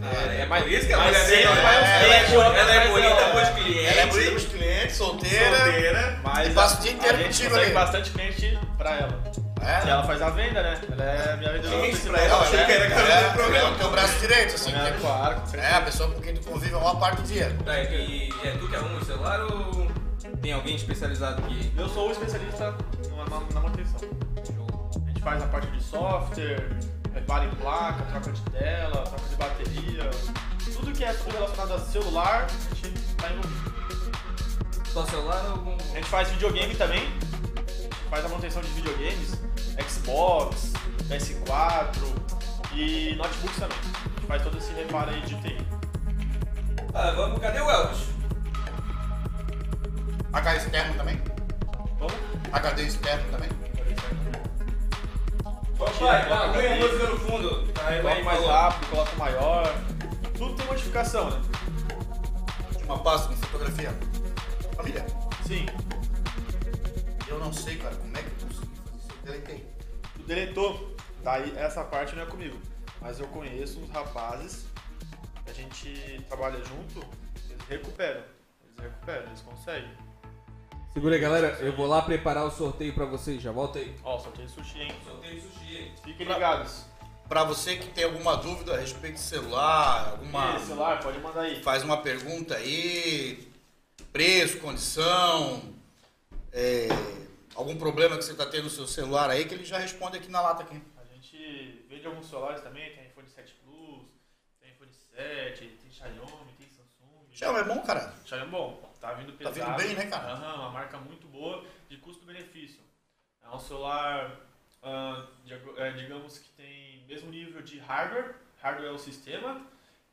A: Cara, é mais isso que a
B: Mas
A: mulher dele
B: sempre
A: não
B: vai
A: é.
B: uns
A: Ela é
B: clientes,
A: bo- Ela é
B: mas
A: bonita
B: ela-
A: pros clientes.
C: Ela é bonita pros clientes, solteira.
B: Mas
C: E passa o dia
B: a-
C: inteiro
B: a gente
C: contigo
B: consegue
C: ali.
B: bastante cliente pra ela. E
C: É?
B: ela faz a venda, né? Ela é minha vendedora
A: Cliente
B: principal.
A: pra ela, achei que
C: é,
A: era garota do
C: é, é
A: programa.
C: o teu braço direito, assim.
B: Né?
C: que-
B: Claro, com certeza.
C: É, a pessoa com quem tu convive a maior parte do dia.
A: Tá, e e é tu que arruma o celular ou tem alguém especializado que.
B: Eu sou o especialista na, na- na manutenção. A gente faz a parte de software, repara em placa, troca de tela, troca de bateria. Tudo que é tudo relacionado a celular, a gente tá envolvido.
A: Só celular ou algum.
B: A gente faz videogame também. A gente faz a manutenção de videogames, Xbox, PS4 e notebooks também. A gente faz todo esse reparo aí de TI.
A: Ah, vamos, cadê o Elvis?
C: HD externo também.
B: Vamos?
C: HD externo também.
A: Papai, põe a então, música no fundo. tá
B: Aí
G: Coloca
B: vai-
G: mais rápido, coloca maior.
B: Tudo tem modificação, né?
C: Uma pasta de fotografia. Família,
B: Sim.
C: eu não sei, cara, como é que eu consegui fazer isso. Eu deletei.
B: Tu deletou. Daí tá essa parte não é comigo. Mas eu conheço uns rapazes, a gente trabalha junto, eles recuperam. Eles recuperam, eles conseguem.
F: Segura aí, galera. Eu vou lá preparar o sorteio pra vocês. Já volta aí.
B: Ó, sorteio sushi, hein?
A: Sorteio de sushi, hein?
B: Fiquem ligados.
C: Pra você que tem alguma dúvida a respeito de celular, alguma.
B: Ih, celular, pode mandar aí.
C: faz uma pergunta aí, preço, condição, é, algum problema que você está tendo no seu celular aí, que ele já responde aqui na lata aqui.
B: A gente vende alguns celulares também, tem iPhone 7 Plus, tem iPhone 7, tem Xiaomi, tem Samsung.
C: Já é bom, cara.
B: Xiaomi bom, tá vindo
C: Tá
B: pesado.
C: vindo bem, né, cara?
B: Aham, uma marca muito boa de custo-benefício. É um celular, ah, diag- eh, digamos que tem mesmo nível de hardware, hardware é o sistema,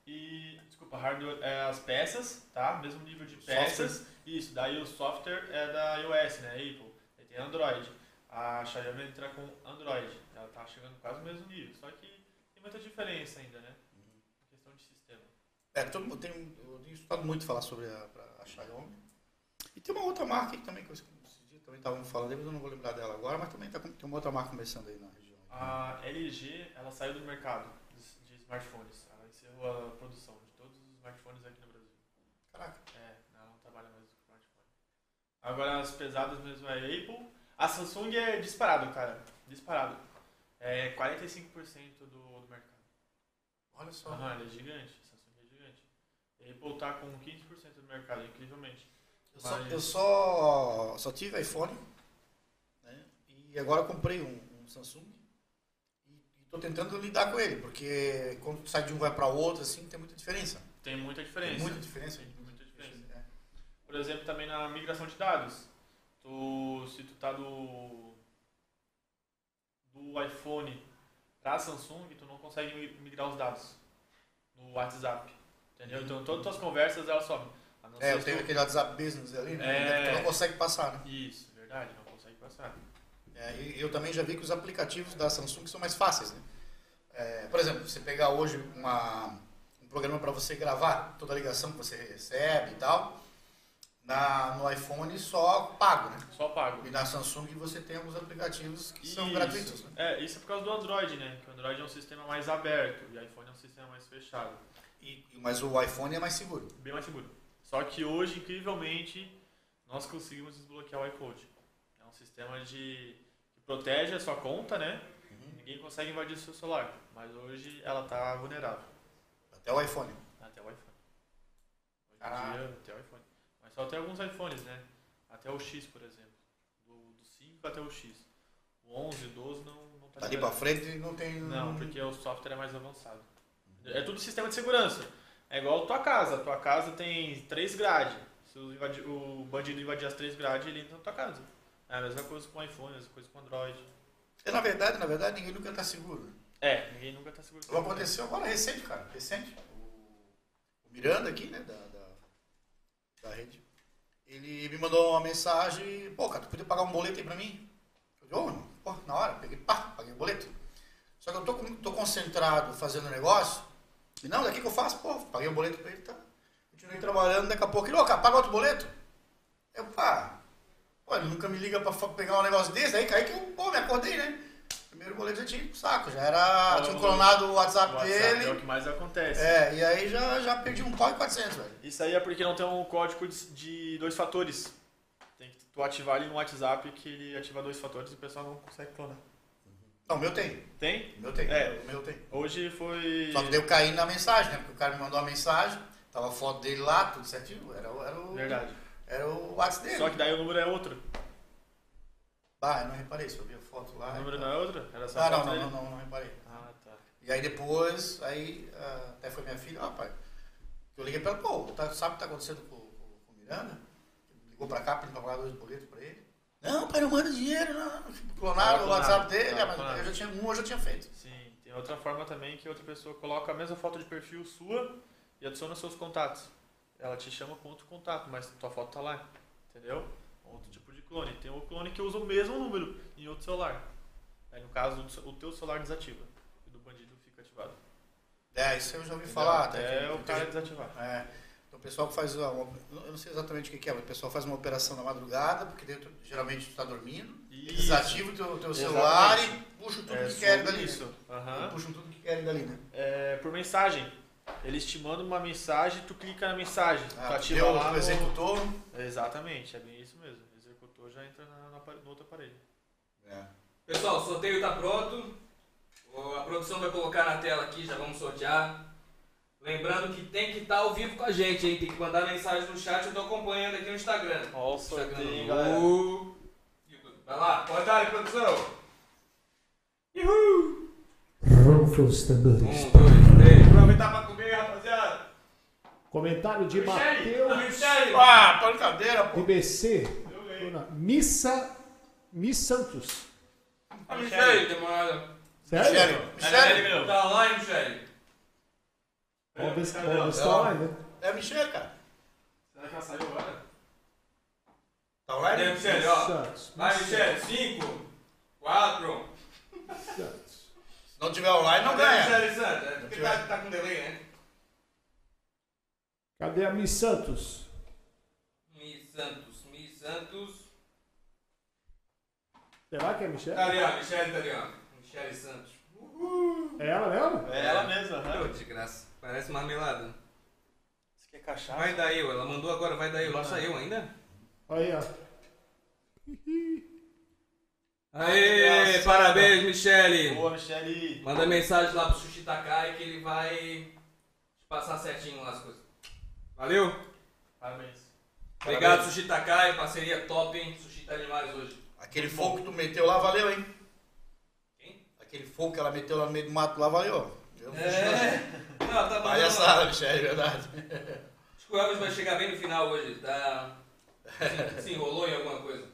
B: e, desculpa, hardware é as peças, tá? Mesmo nível de peças. Isso, daí o software é da iOS, né, Apple. Aí tem Android. A Xiaomi entra com Android. Ela tá chegando quase no mesmo nível, só que tem muita diferença ainda, né? Questão de sistema.
C: É, todo mundo tem, eu tenho estudado muito falar sobre a, pra- a Xiaomi. E tem uma outra marca aí também que eu esses dias também estavam falando, mas eu não vou lembrar dela agora, mas também tá, com- tem uma outra marca começando aí na região.
B: A LG, ela saiu do mercado de, de smartphones. Ela encerrou a produção de todos os smartphones aqui no Brasil.
C: Caraca.
B: É, ela não trabalha mais com smartphone. Agora as pesadas mesmo é a Apple. A Samsung é disparado, cara. Disparado. É 45% do, do mercado.
C: Olha só.
B: Aham, ela é gigante. A Samsung é gigante. A Apple tá com 15% do mercado, incrivelmente.
C: Eu só,
B: Mas-
C: eu só, só tive iPhone né? e agora comprei um, um Samsung e estou tentando lidar com ele, porque quando tu sai de um vai para outro, assim, tem muita diferença.
B: Tem muita diferença.
C: Tem muita diferença.
B: Tem muita diferença.
C: É.
B: Por exemplo, também na migração de dados. Tu, se tu tá do do iPhone pra Samsung, tu não consegue mi- migrar os dados no WhatsApp. Entendeu? Então todas as tuas conversas elas somem. A não
C: Uhum. É,
B: ser
C: eu
B: se
C: tenho
B: tu-
C: aquele WhatsApp Business ali, né?
B: Então, É.
C: Tu não consegue passar, né?
B: Isso, é verdade, não consegue passar.
C: É, e eu também já vi que os aplicativos da Samsung são mais fáceis, né? É, por exemplo, você pegar hoje uma- um programa para você gravar toda a ligação que você recebe e tal, na, no iPhone só pago, né?
B: Só pago.
C: E na Samsung você tem alguns aplicativos que são
B: Isso.
C: gratuitos. Né?
B: É, isso é por causa do Android, né? Que o Android é um sistema mais aberto e o iPhone é um sistema mais fechado.
C: E- mas o iPhone é mais seguro.
B: Bem mais seguro. Só que hoje, incrivelmente, nós conseguimos desbloquear o iCloud. É um sistema de que protege a sua conta, né?
C: Uhum.
B: Ninguém consegue invadir o seu celular. Mas hoje ela tá vulnerável.
C: Até o iPhone.
B: Até o iPhone. Hoje em
C: Caraca.
B: dia, até o iPhone. Mas só tem alguns iPhones, né? Até o X, por exemplo. Do, do 5 até o X. O 11, o 12 não, não tá
C: Dali
B: liberado.
C: pra frente não tem.
B: Não, porque o software é mais avançado. É tudo sistema de segurança. É igual a tua casa. A tua casa tem três grades. Se o, invadi- o bandido invadir as três grades, ele entra na tua casa. É a mesma coisa com o iPhone, a mesma coisa com o Android.
C: É, na verdade, na verdade, ninguém nunca tá seguro. né?
B: É, ninguém nunca tá seguro.
C: Aconteceu agora recente, cara. Recente. O, o Miranda aqui, né? Da, da, da rede. Ele me mandou uma mensagem. Pô, cara, tu podia pagar um boleto aí pra mim? Eu disse, ô, mano, pô, na hora, peguei, pá, paguei o boleto. Só que eu tô, com- tô concentrado fazendo negócio. E não, daqui que eu faço, pô, paguei o boleto pra ele, tá. Continuei trabalhando, daqui a pouco, ele, ô, cara, paga outro boleto. Eu, pá, pô, ele nunca me liga pra fa- pegar um negócio desse, aí cai que eu, pô, me acordei, né? Primeiro boleto já tinha ido pro saco, já era.
B: Ah,
C: Tinha
B: o-
C: clonado o
B: O
C: WhatsApp,
B: WhatsApp é o
C: dele.
B: que mais acontece.
C: É, e aí já, já perdi um pau e 400, velho.
B: Isso aí é porque não tem um código de, de dois fatores. Tem que tu ativar ali no WhatsApp que ele ativa dois fatores e o pessoal não consegue clonar.
C: Não, o meu tem.
B: Tem?
C: O meu tem.
B: É.
C: O meu tem.
B: Hoje foi.
C: Só que daí eu caí na mensagem, né? Porque o cara me mandou uma mensagem, tava a foto dele lá, tudo certinho. Era, o- era o.
B: Verdade.
C: Era o WhatsApp dele.
B: Só que daí o número é outro.
C: Ah, eu não reparei, só vi a foto lá.
B: O
C: e
B: número
C: tal.
B: não é outro? Era só
C: Ah,
B: a
C: não,
B: foto
C: não,
B: dele?
C: não, não, não reparei.
B: Ah, tá.
C: E aí depois, aí ah, até foi minha filha, ó, pai, eu liguei pra ela, pô, tá- sabe o que tá acontecendo com, com- com o Miranda? Ligou pra cá pedindo pra pagar dois boletos pra ele. Não, pai, não manda dinheiro, não. Clonaram o
B: Clonaram,
C: WhatsApp dele,
B: clonaram,
C: é, mas
B: clonaram.
C: eu já tinha um, eu já tinha feito.
B: Sim, tem outra forma também que outra pessoa coloca a mesma foto de perfil sua e adiciona seus contatos. Ela te chama com outro contato, mas tua foto tá lá, entendeu? Outro tipo de clone. Tem o clone que usa o mesmo número em outro celular. Aí, no caso, o teu celular desativa. do bandido fica ativado.
C: É, isso eu já ouvi falar. até
B: É
C: que-
B: o cara desativar.
C: É. Então, o pessoal que faz uma, uma- eu não sei exatamente o que que é, mas o pessoal faz uma operação na madrugada, porque dentro, geralmente tu tá dormindo,
B: Isso.
C: desativa o teu, teu celular
B: Exatamente.
C: e puxa tudo
B: É
C: que quer
B: sobre
C: dali.
B: Isso. Aham.
C: Puxa tudo que quer dali, né?
B: É, por mensagem. Eles te mandam uma mensagem, tu clica na mensagem. tu
C: Ah,
B: ativa
C: deu,
B: lá
C: tu
B: no-
C: executou.
B: Exatamente, é bem isso mesmo. Executor já entra na, no, apare- no outro aparelho.
C: É.
A: Pessoal, o sorteio tá pronto. O- A produção vai colocar na tela aqui, já vamos sortear. Lembrando que tem que estar ao vivo com a gente, hein? Tem que mandar mensagem no chat, eu tô acompanhando aqui no Instagram.
B: Ó o
A: Instagram,
B: sorteio, galera.
A: no YouTube. Vai lá, pode dar, produção. Uhul!
E: Ronfos
A: Um,
E: Tambores.
A: dois, três.
G: Aproveitar pra comer, rapaziada.
E: Comentário de
G: Michele,
E: Mateus
G: Michele.
C: Ah, pancadeira, pô.
E: IBC.
G: Eu ganhei.
E: Missa. Miss Santos.
A: Ah, Michele, demora.
E: Sério?
C: Sério? Sério?
B: meu.
A: Tá lá, hein, Michele?
E: Vamos ver se
B: Cadê
E: vamos ver
B: ela?
E: se tá online, né?
C: É Michel, cara.
G: Será que ela saiu agora?
C: Tá
A: Cadê,
C: online?
A: Michele? Ó.
E: Santos.
A: Vai, Michele. Cinco, quatro.
E: Santos.
C: Se não tiver online, não
A: Cadê,
C: ganha.
A: Michele Santa? É Porque tá, tá com delay, né?
E: Cadê a Miss Santos?
A: Mi Santos, Mi Santos.
E: Será que é a Michelle?
A: Tá ali, ó, Michele tá ali, ó. Michele Santos.
E: É ela mesmo?
B: É ela mesma, aham.
A: Ô, de graça. Parece marmelada.
B: Isso aqui é cachaça.
A: Vai daí, ela mandou agora, vai daí. Não saiu ainda?
E: Olha aí, ó.
A: Aê,
B: Nossa.
A: parabéns, Michele.
B: Boa, Michele.
A: Manda mensagem lá pro Sushi Takai que ele vai te passar certinho lá as coisas. Valeu?
B: Parabéns.
A: Obrigado, Sushi Takai. Parceria top, hein? Sushi tá demais hoje.
C: Aquele fogo que tu meteu lá, valeu, hein?
A: Quem?
C: Aquele fogo que ela meteu lá no meio do mato lá, valeu. Eu não é.
A: Não, tá bom.
C: Palhaçada, Michel, é verdade.
A: Acho que o Elvis vai chegar bem no final hoje. Tá... Se, se enrolou em alguma coisa.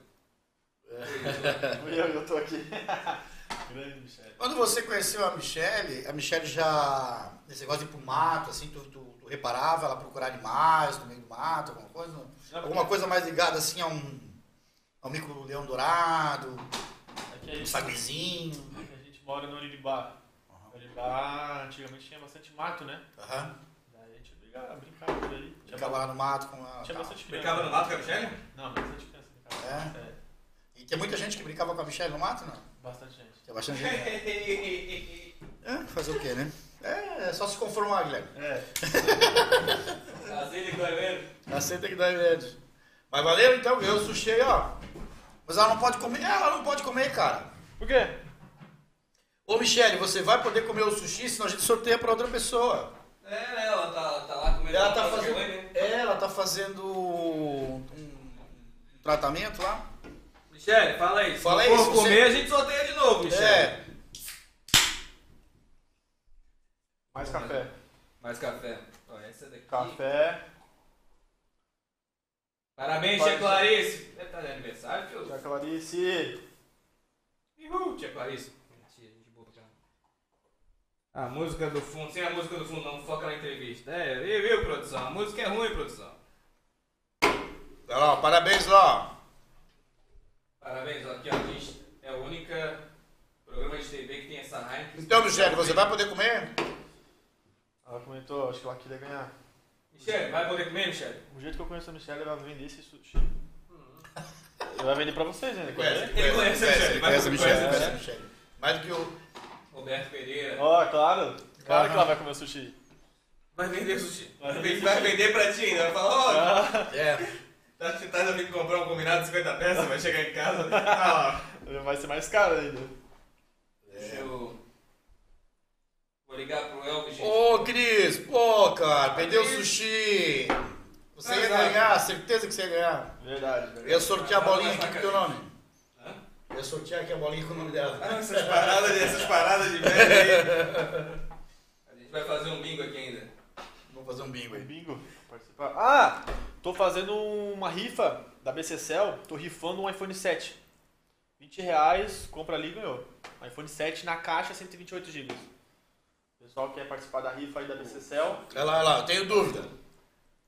B: É. Eu, eu tô aqui. Grande, Michele.
C: Quando você conheceu a Michelle, a Michelle já. Nesse negócio de ir pro mato, assim, tu, tu- tu reparava ela procurar animais no meio do mato, alguma coisa? Alguma coisa mais ligada assim a um. a um micro-leão dourado,
B: Aqui a
C: um
B: gente-
C: sagrezinho.
B: a gente mora no Oribá. Oribá antigamente tinha bastante mato, né?
C: Aham.
B: Daí a gente brincava, brincava por aí. Tinha,
C: Ficava lá no mato com a.
B: tinha bastante criança.
A: Brincava no mato com a Michele?
B: Não, bastante criança brincava.
C: É?
B: É,
C: E tem muita gente que brincava com a Michelle no mato, não?
B: bastante gente.
C: Tem bastante gente. É, fazer o quê, né? É, é só se conformar, Guilherme.
B: É.
A: Prazer em Goiânia.
C: Aceita que dá remédio. Mas valeu então, ganhou o sushi aí, ó. Mas ela não pode comer. Ela não pode comer, cara.
B: Por quê?
C: Ô Michele, você vai poder comer o sushi, senão a gente sorteia pra outra pessoa.
A: É, né? Ela tá, tá lá comendo.
C: Ela tá
A: alguma coisa
C: fazendo.
A: que é ruim, né?
C: Ela tá fazendo um um tratamento lá.
A: Michele, fala aí.
C: Fala
A: se
C: aí,
A: for
C: se você-
A: comer, a gente sorteia de novo, Michele.
C: É.
B: Mais café.
A: Mais café. Ó, essa daqui.
B: Café.
A: Parabéns, Tia Clarice. Deve estar de aniversário, tio.
B: Tia Clarice.
A: Uhul, Tia Clarice. Tia, gente boa pra caramba. A música do fundo, sem a música do fundo, não foca na entrevista. É, e viu, produção? A música é ruim, produção.
C: Olha lá, ó, parabéns lá. ó.
A: Parabéns, ó, aqui ó, a gente é a única programa de TV que tem essa Heineken.
C: Então, Michele, você vai poder comer?
B: Ela comentou, acho que ela queria ganhar.
A: Michele, vai poder comer, Michele?
B: O jeito que eu conheço a Michelle, ela vai vender esse sushi. Ela vai vender pra vocês ainda. quer ver?
A: Ele conhece a Michele, vai, né?
C: Ele conhece a
A: ele
C: Michele,
B: conhece,
C: conhece a Michele. Mais do que o.
A: Roberto Pereira.
B: Ó, claro. Claro que
C: Aham.
B: ela vai comer o sushi.
A: Vai vender sushi. Vai vender pra ti ainda. Vai falar, ó,
C: É.
A: tá tentando vir comprar um combinado de 50 peças, vai chegar em casa. Ah,
B: Vai ser mais caro ainda.
A: ó. Deixa eu. É. Vou ligar pro Elvis, gente.
C: Ô, Cris, pô, cara, perdeu o sushi. Você ia
A: Exato.
C: ganhar, certeza que você ia ganhar.
B: Verdade,
C: Eu
B: verdade.
C: ia sortear a bolinha aqui com o teu nome.
A: Hã?
C: Eu ia sortear aqui a bolinha com o nome dela.
A: Ah, essas paradas de, essas paradas de velho aí. A gente vai fazer um bingo aqui ainda.
C: Vamos fazer um bingo aí.
B: Bingo. Participar. Ah! Tô fazendo uma rifa da BCCL. Tô rifando um iPhone 7. 20 reais, compra ali e ganhou. iPhone 7 na caixa, 128 GB. Pessoal que quer participar da rifa aí da BCCL.
C: Olha lá, olha lá, eu tenho dúvida.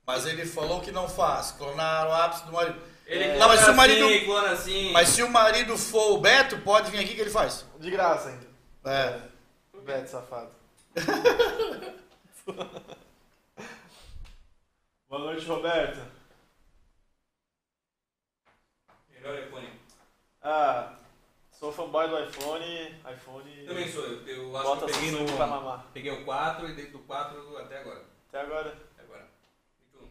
C: Mas ele falou que não faz. Clonar o ápice do marido.
A: Ele
C: É. Não, mas se o marido-
A: assim, clona assim.
C: Mas se o marido for o Beto, pode vir aqui que ele faz.
B: De graça ainda.
C: É.
B: Beto, safado. Boa noite, Roberto.
A: Melhor iPhone.
B: Ah, sou fanboy do iPhone. iPhone.
A: Também sou eu. Eu acho
B: Bota
A: que eu
C: assim,
A: peguei,
B: sangue pra
A: no,
B: mamar.
A: peguei o 4 e desde do 4 até agora.
B: Até agora.
A: Até agora. Então, E tu?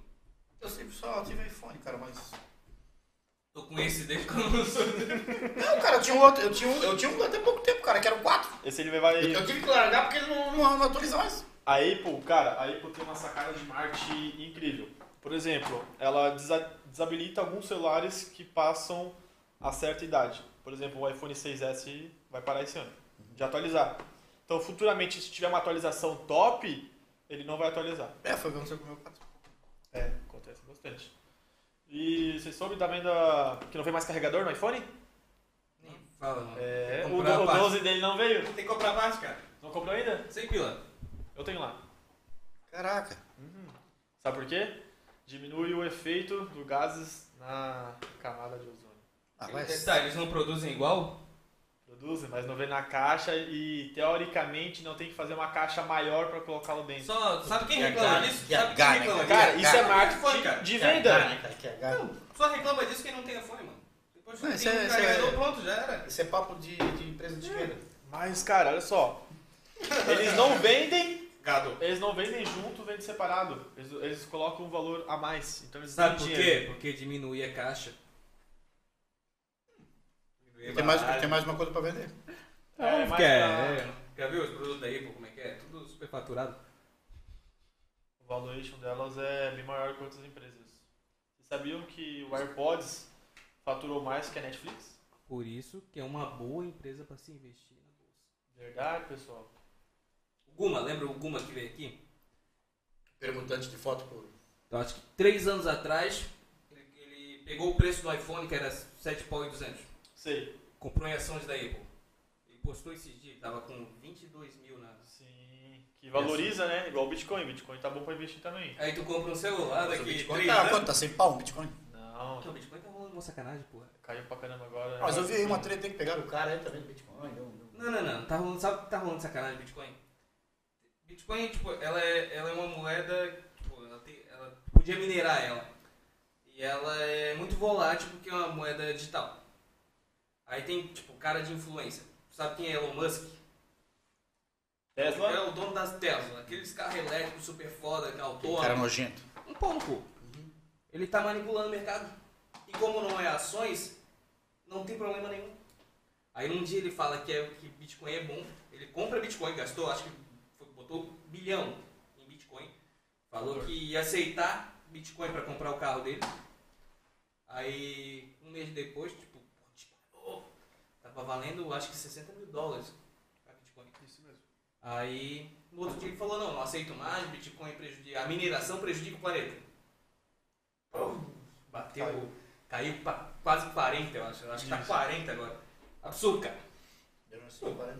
C: Eu sempre só tive iPhone, cara, mas.
A: Tô com esse desde quando eu sou.
C: Não, cara, eu tinha um outro. Eu tinha um, eu tinha um até pouco tempo, cara, que era o 4.
B: Esse ele vai.
C: Eu, eu tive que largar porque ele não, não, não atualiza mais.
B: A Apple, cara, a Apple tem uma sacada de marketing incrível. Por exemplo, ela desa- desabilita alguns celulares que passam a certa idade. Por exemplo, o iPhone 6S vai parar esse ano de atualizar. Então, futuramente, se tiver uma atualização top, ele não vai atualizar.
C: É, foi o que aconteceu com o meu 4.
B: É, acontece bastante. E você soube também da... que não veio mais carregador no iPhone?
A: Nem fala, não.
B: É,
A: Tem que
B: o,
A: comprar
B: do- o
A: parte.
B: 12 dele não veio.
A: Tem que comprar parte, cara.
B: Não comprou ainda?
A: Sem pila.
B: Eu tenho lá.
C: Caraca.
B: Sabe por quê? Diminui o efeito do gases na camada de ozônio.
C: Ah,
A: Tem que
C: mas.
A: testar, eles não produzem igual?
B: Produzem, mas não vem na caixa e teoricamente não tem que fazer uma caixa maior pra colocá-lo dentro.
A: Só, sabe quem
C: Que
A: reclama
C: agarra,
A: disso?
C: que
A: Sabe quem
C: agarra,
A: reclama
C: que
A: disso?
B: Cara, isso é
C: cara,
A: iPhone, cara.
B: marketing de
C: Que agarra,
B: venda.
C: né, cara, que agarra.
A: Só reclama disso quem não tem iPhone, mano. Depois que
C: Não,
A: tem
C: isso é-
A: um
C: isso é-
A: carregador, pronto, já era.
C: Isso é papo de, de empresa de venda.
B: Mas, cara, olha só. Eles não vendem,
A: Gado.
B: eles não vendem junto, vendem separado. Eles, eles colocam um valor a mais. Então eles
A: Sabe
B: dão
A: por
B: dinheiro.
A: quê? Porque diminuir a caixa. Diminuir
C: Tem
A: a
C: mais,
A: barragem.
C: tem mais uma coisa pra vender.
B: É,
F: Porque é,
B: mais pra-
A: Já viu os produtos da Apple como é que é? Tudo superfaturado.
B: O valuation delas é bem maior que outras empresas. Vocês sabiam que o AirPods faturou mais que a Netflix?
F: Por isso que é uma boa empresa para se investir na bolsa.
B: Verdade, pessoal.
A: O Guma, lembra o Guma que veio aqui?
C: Permutante de foto por.
A: Então acho que três anos atrás, ele, ele pegou o preço do iPhone, que era 7 pau e 200.
B: Sei.
A: Comprou em ações da Apple. Ele postou esse dia, tava com 22 mil na...
B: Sim. Que valoriza, né? Igual o Bitcoin. Bitcoin tá bom pra investir também.
A: Aí tu compra um celular
C: Mas o
A: daqui
C: Bitcoin
A: 3
C: tá,
A: anos...
C: quanto? Tá 100 pau um Bitcoin?
B: Não,
A: Não, o Bitcoin tá rolando uma sacanagem, porra.
B: caiu pra caramba agora. né?
C: Mas eu vi aí uma treta que pegaram o cara aí também do Bitcoin.
A: Não, não, não. Tá rolando, sabe o que tá rolando sacanagem do Bitcoin? Bitcoin, tipo, ela é, ela é uma moeda, tipo, ela, tem, ela podia minerar ela. E ela é muito volátil porque é uma moeda digital. Aí tem, tipo, cara de influência. Sabe quem é Elon Musk?
B: Tesla?
A: É o dono das Tesla. Aqueles carros elétricos super foda, que é
C: O cara
A: autônomo.
C: nojento.
A: Um pau no cu. Ele tá manipulando o mercado. E como não é ações, não tem problema nenhum. Aí um dia ele fala que, é, que Bitcoin é bom. Ele compra Bitcoin, gastou, acho que foi- botou um bilhão em Bitcoin. Falou que ia aceitar Bitcoin para comprar o carro dele. Aí um mês depois, tipo, pô, disparou. Tava valendo acho que 60 mil dólares a Bitcoin.
G: Isso mesmo.
A: Aí, no outro dia ele falou, não, não aceito mais, Bitcoin prejudica, a mineração prejudica o planeta. Pum, Bateu, caiu, pra quase 40, eu acho. Eu acho que tá 40 agora. Absurdo, cara.
C: Deram 140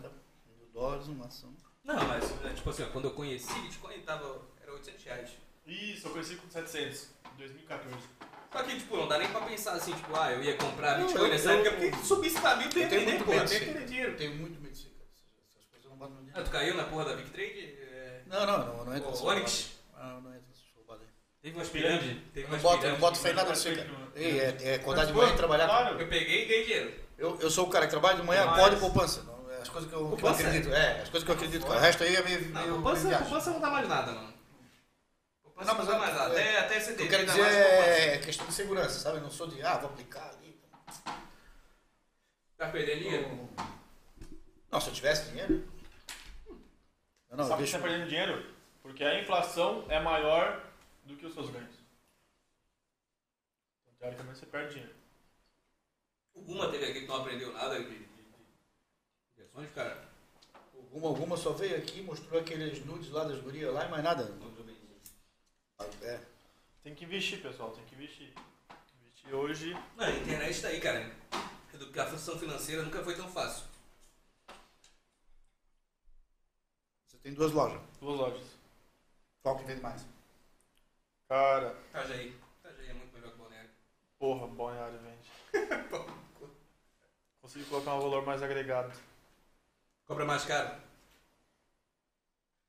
C: mil dólares uma ação.
A: Não, mas, né, tipo assim, ó, quando eu conheci Bitcoin tava, era 800 reais.
B: Isso, eu conheci com 700. Em 2014.
A: Só que, tipo, não dá nem pra pensar assim, tipo, ah, eu ia comprar
C: Não,
A: Bitcoin
C: eu-
A: nessa
C: eu-
A: época, porque subisse pra mil,
C: Eu tenho
A: nem,
C: muito
A: pô,
C: medo
A: até
C: disso. aí,
A: aquele
C: cara.
A: dinheiro.
C: Eu tenho muito medo disso, aí, cara. Essas coisas não batem no
A: Ah,
C: dinheiro.
A: tu caiu na porra da Big Trade? É...
C: Não, não, não, não entra
A: Pô,
C: nessa
A: Onyx?
C: roubada. Não, é assim, não entra nessa roubada aí.
A: Teve umas pirâmides? Teve
C: Eu não
A: umas
C: boto, eu não
A: pirâmides.
C: boto fé em nada disso aí, cara. Ei, é, é acordar de manhã e trabalhar. cara.
B: Claro.
A: Eu peguei e ganhei dinheiro.
C: Eu, eu sou o cara que trabalha de manhã,
B: Mas-
C: acorda e poupança. Não, é As coisas que eu, que eu
A: Poupança?
C: acredito. É, as coisas que eu acredito, cara. O resto aí é meio.
A: Não,
C: meio-
A: poupança,
C: meio viagem.
A: poupança não dá mais nada, mano. Poupança
C: Não,
A: não,
C: mas
A: dá
C: eu-
A: mais nada.
C: é.
A: Até, até CD.
C: Eu quero
A: dá
C: dizer,
A: mais poupança.
C: é questão de segurança, sabe? Eu não sou de, ah, vou aplicar ali.
A: Tá perdendo dinheiro?
C: Não, se eu tivesse dinheiro. Não,
B: Sabe
C: não,
B: por
C: eu
B: que
C: deixo.
B: você tá perdendo dinheiro? Porque a inflação é maior do que os seus ganhos. Então, teoricamente, você perde dinheiro.
A: Alguma teve aqui que não aprendeu nada de, de, de, de ações, cara?
C: Alguma, alguma só veio aqui, mostrou aqueles nudes lá das gurias lá e mais nada. É.
B: Tem que investir, pessoal, tem que investir. Investir hoje.
A: Mano, a internet tá aí, cara. Educação financeira nunca foi tão fácil.
C: Você tem duas lojas.
B: Duas lojas.
C: Qual que vende mais?
B: Cara,
A: Itajaí. Itajaí é muito melhor que Balneário.
B: porra, Balneário vende. Consegui colocar um valor mais agregado.
A: Cobra mais caro.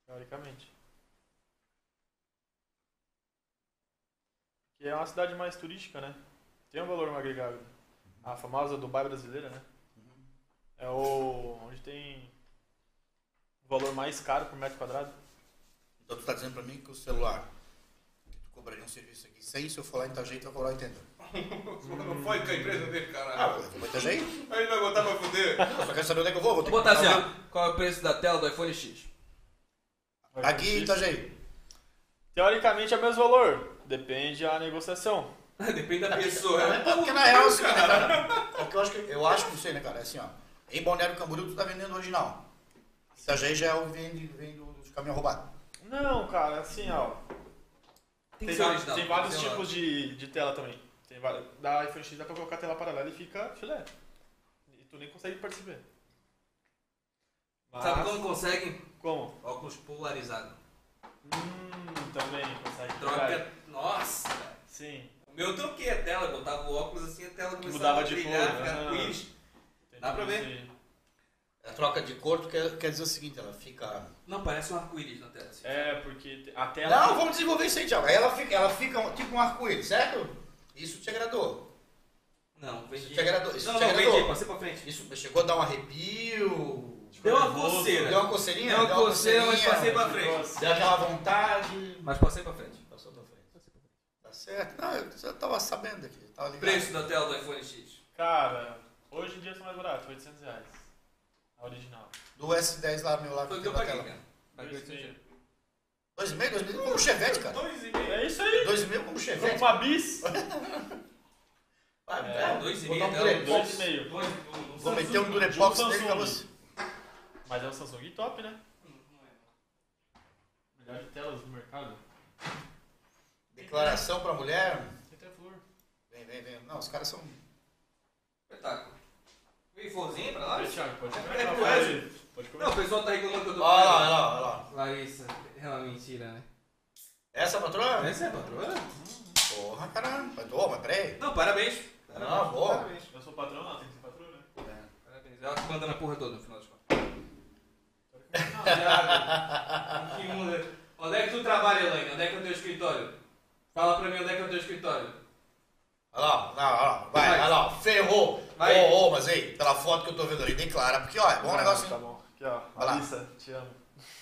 B: Teoricamente. Que é uma cidade mais turística, né? Tem um valor agregado. A famosa Dubai brasileira, né? É o onde tem o valor mais caro por metro quadrado.
C: Então tu tá dizendo pra mim que o celular, que tu cobraria um serviço aqui 100, se eu for lá em Itajeito, eu vou lá e entendo.
G: Não foi com a empresa dele,
C: Ah,
G: caralho.
C: eu vou em Itajeito?
G: Aí ele vai botar pra fuder.
C: Eu só quero saber onde é que eu vou. Vou ter
A: Vou
C: que
A: botar assim,
C: comprar
A: ó. Qual é o preço da tela do iPhone X?
C: o meu. um- Aqui tá- em Itajeito.
B: Teoricamente é o mesmo valor. Depende da negociação.
A: Ah, Depende
G: Tá,
A: da pessoa.
C: Não, é porque na real, assim, né, cara? É que eu acho que, eu acho, não sei, né, cara? É assim, ó. Em Balneário Camboriú, tu tá vendendo o original. Itajeito já é o que vem, de- vem do- dos caminhões roubados.
B: Não, cara, assim, ó.
A: Tem
B: Tem,
A: que ser
B: va-
A: original,
B: tem
A: tem que
B: vários
A: ser
B: tipos de, de tela também. Tem va- da iPhone X dá pra colocar tela paralela e fica filé. E tu nem consegue perceber. Mas,
G: Ah.
A: Sabe como consegue?
B: Como?
A: Óculos polarizados.
B: Hum, também consegue.
A: Troca. Nossa!
B: Sim.
A: O meu eu troquei a tela, eu botava o óculos assim, a tela começava
B: Mudava
A: a
B: de
A: brilhar,
B: cor,
A: ficava
B: né?
A: com íris. Dá pra ver?
B: Sim.
C: A É troca de cor tu quer, quer dizer o seguinte, ela fica...
A: Não, parece um arco-íris na tela. Assim.
B: É, porque te- a tela.
C: Não, vamos desenvolver isso aí, Thiago. Aí ela fica, ela fica um- tipo um arco-íris, certo? Isso te agradou.
A: Não,
C: Isso
A: vendi.
C: te agradou. Isso
A: Não,
C: te
A: não, vendi,
C: agradou.
A: passei pra frente.
C: Isso chegou a dar um arrepio.
A: Deu uma
B: tipo, nervoso, tipo,
A: coceira.
C: Deu uma coceirinha?
A: Deu uma coceira, mas passei pra frente.
B: Nossa.
C: Deu aquela vontade.
A: Mas passei pra frente.
C: Passou pra frente. Tá certo. Não, eu já tava sabendo aqui. Tava ligado.
A: Preço da tela do iPhone X.
B: Cara, hoje em dia são mais baratos, 800 reais. A original.
C: Do S10 lá, meu lá,
A: Foi o
C: que
A: que eu
C: tem Tá na
A: paguei,
C: tela.
A: cara. Paguei
B: Dois e
A: 800 reais.
B: meio.
C: 2,5, 2,5 como Chevette, cara.
G: Dois e meio.
B: É isso aí.
C: 2,5 como
B: Vamos
C: Chevette.
B: pra bis.
C: Ah,
B: É,
C: é,
A: dois e
C: vou
A: meio,
C: dar um
A: então,
C: durepox.
B: Dois e meio.
A: Dois, um, um
C: Vou
A: Samsung.
C: meter um durepox
B: Samsung.
C: nele e acabou-se.
B: Mas é um Samsung top, né? Melhor de telas do mercado.
C: Declaração pra mulher.
B: Tem até flor.
C: Vem, vem, vem. Não, os caras são...
A: Espetáculo. Vem forzinho pra lá?
B: Olha, Thiago, pode comer.
A: É,
B: Não,
A: é.
B: pode- Pode comer.
A: Não, o pessoal tá reclamando que eu tô
C: Olha lá, olha lá, olha lá.
A: Larissa, é uma mentira, né?
C: Essa patroa?
A: Essa é a patroa?
C: Porra, caralho. Mas, ô, mas peraí.
A: Não, parabéns.
C: Não, boa.
B: Eu sou patrão, não, tem que ser patrão, né?
A: Parabéns. Ela que manda na porra toda no final de contas. Que mundo. Onde é que tu trabalha, Elaine? Onde é que é o teu escritório? Fala pra mim onde é que é o teu escritório.
C: Olha lá, olha lá, olha lá. Vai, vai, lá, ó. ferrou.
A: Vai.
C: Ô, ô, mas aí, pela foto que eu tô vendo ali, declara, porque, ó, é bom
B: Ah,
C: negócio.
B: Tá bom. Aqui, ó.
C: Vai lá.
B: Alissa, te amo.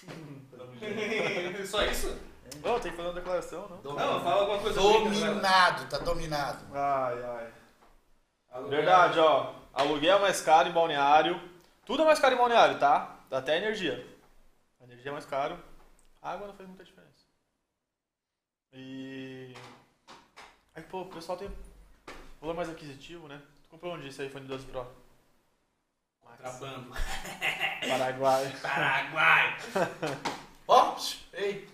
B: Pelo amor de Deus.
A: Só isso?
B: Não, tem que fazer uma declaração, não?
A: Não, fala alguma coisa bonita pra ela.
C: Dominado, tá dominado.
B: Ai, ai.
A: Alô,
B: Verdade, ó. Aluguel é mais caro em balneário. Tudo é mais caro em balneário, tá? Até a energia. A energia é mais caro. A água não fez muita diferença. E. Aí, pô, o pessoal tem valor mais aquisitivo, né? Tu comprou onde esse iPhone 12 Pro?
A: Contrabando.
B: Paraguai.
A: Paraguai.
C: Ó, ei.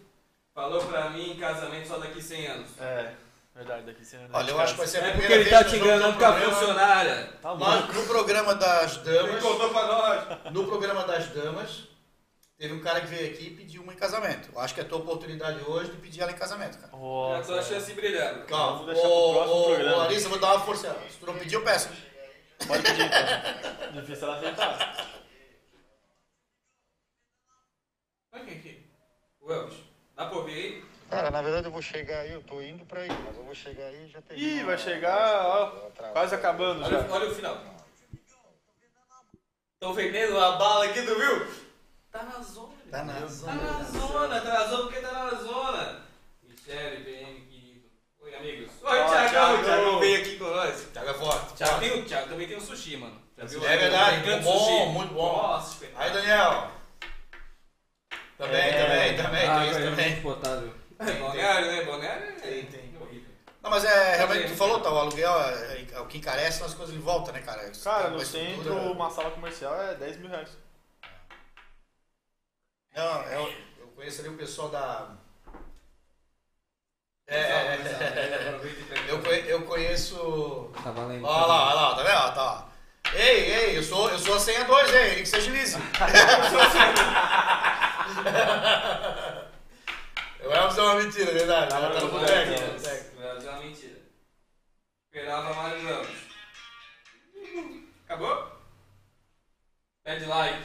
A: Falou pra mim em casamento só daqui 100 anos.
B: É, verdade, daqui sem anos.
C: Olha, eu acho que vai ser a
A: É porque
C: primeira
A: ele
C: vez
A: tá
C: que
A: te
C: nós vamos
A: enganando com
C: ter
A: a
C: um programa-
A: funcionária.
B: Tá louco.
C: Nós, no programa das
A: Ele
C: damas,
A: contou pra nós.
C: no programa das damas, teve um cara que veio aqui e pediu uma em casamento. Eu acho que é a tua oportunidade hoje de pedir ela em casamento, cara.
A: Já
B: Nossa.
A: tô a chance brilhando.
C: Calma,
B: Vamos deixar pro próximo programa.
C: Larissa, eu vou dar uma força. Se tu não pedir, eu peço.
B: Pode pedir, então. Difícil ela aceitar.
A: Olha quem aqui. O Elvis. Dá pra ouvir aí?
H: Cara, na verdade eu vou chegar aí, eu tô indo pra aí, mas eu vou chegar aí e já tem.
B: Ih, vai chegar, ó, quase acabando já.
A: Olha, olha o final. Estão vendendo a bala aqui, tu viu? Tá na zona.
C: Tá na
A: Tá na zona, tá na zona porque tá na zona. Michele, BM, querido. Oi, amigos. Oi,
B: Ó,
A: Thiagão.
B: Thiagão.
A: O Thiagão veio aqui com nós.
C: Thiago é forte.
A: Thiago, tem, o Thiago também tem um sushi, mano. Já viu?
C: É verdade,
A: Tem tanto
C: bom,
A: sushi.
C: muito bom.
A: Nossa, espetáculo.
C: Aí, Daniel. Também,
B: É.
C: também, também.
A: Ah,
C: tem
A: é
C: isso também.
A: insuportável. Balneário, né? Balneário é... Tem, horrível.
C: Não, mas é realmente,
A: Também.
C: tu falou, tá? O aluguel é, é o que encarece são as coisas em volta, né, cara? Isso
B: Cara,
C: tem
B: no
C: uma
B: centro,
C: estrutura-
B: uma sala comercial é 10 mil reais.
C: Não, eu, eu conheço ali o pessoal da. É, é, é,
A: né? Aproveita e pega.
C: eu, conhe- eu conheço.
A: Tá valendo.
C: Olha lá, olha lá, tá vendo? Ó, Tá, lá. Ei, ei, eu sou, eu sou a senha 2, hein? Ele que se agilize. eu era pra ser uma mentira, verdade. Ela tá no boteco. tá no boteco.
A: Brasil é uma mentira. Esperava mais anos. Acabou? Pede like.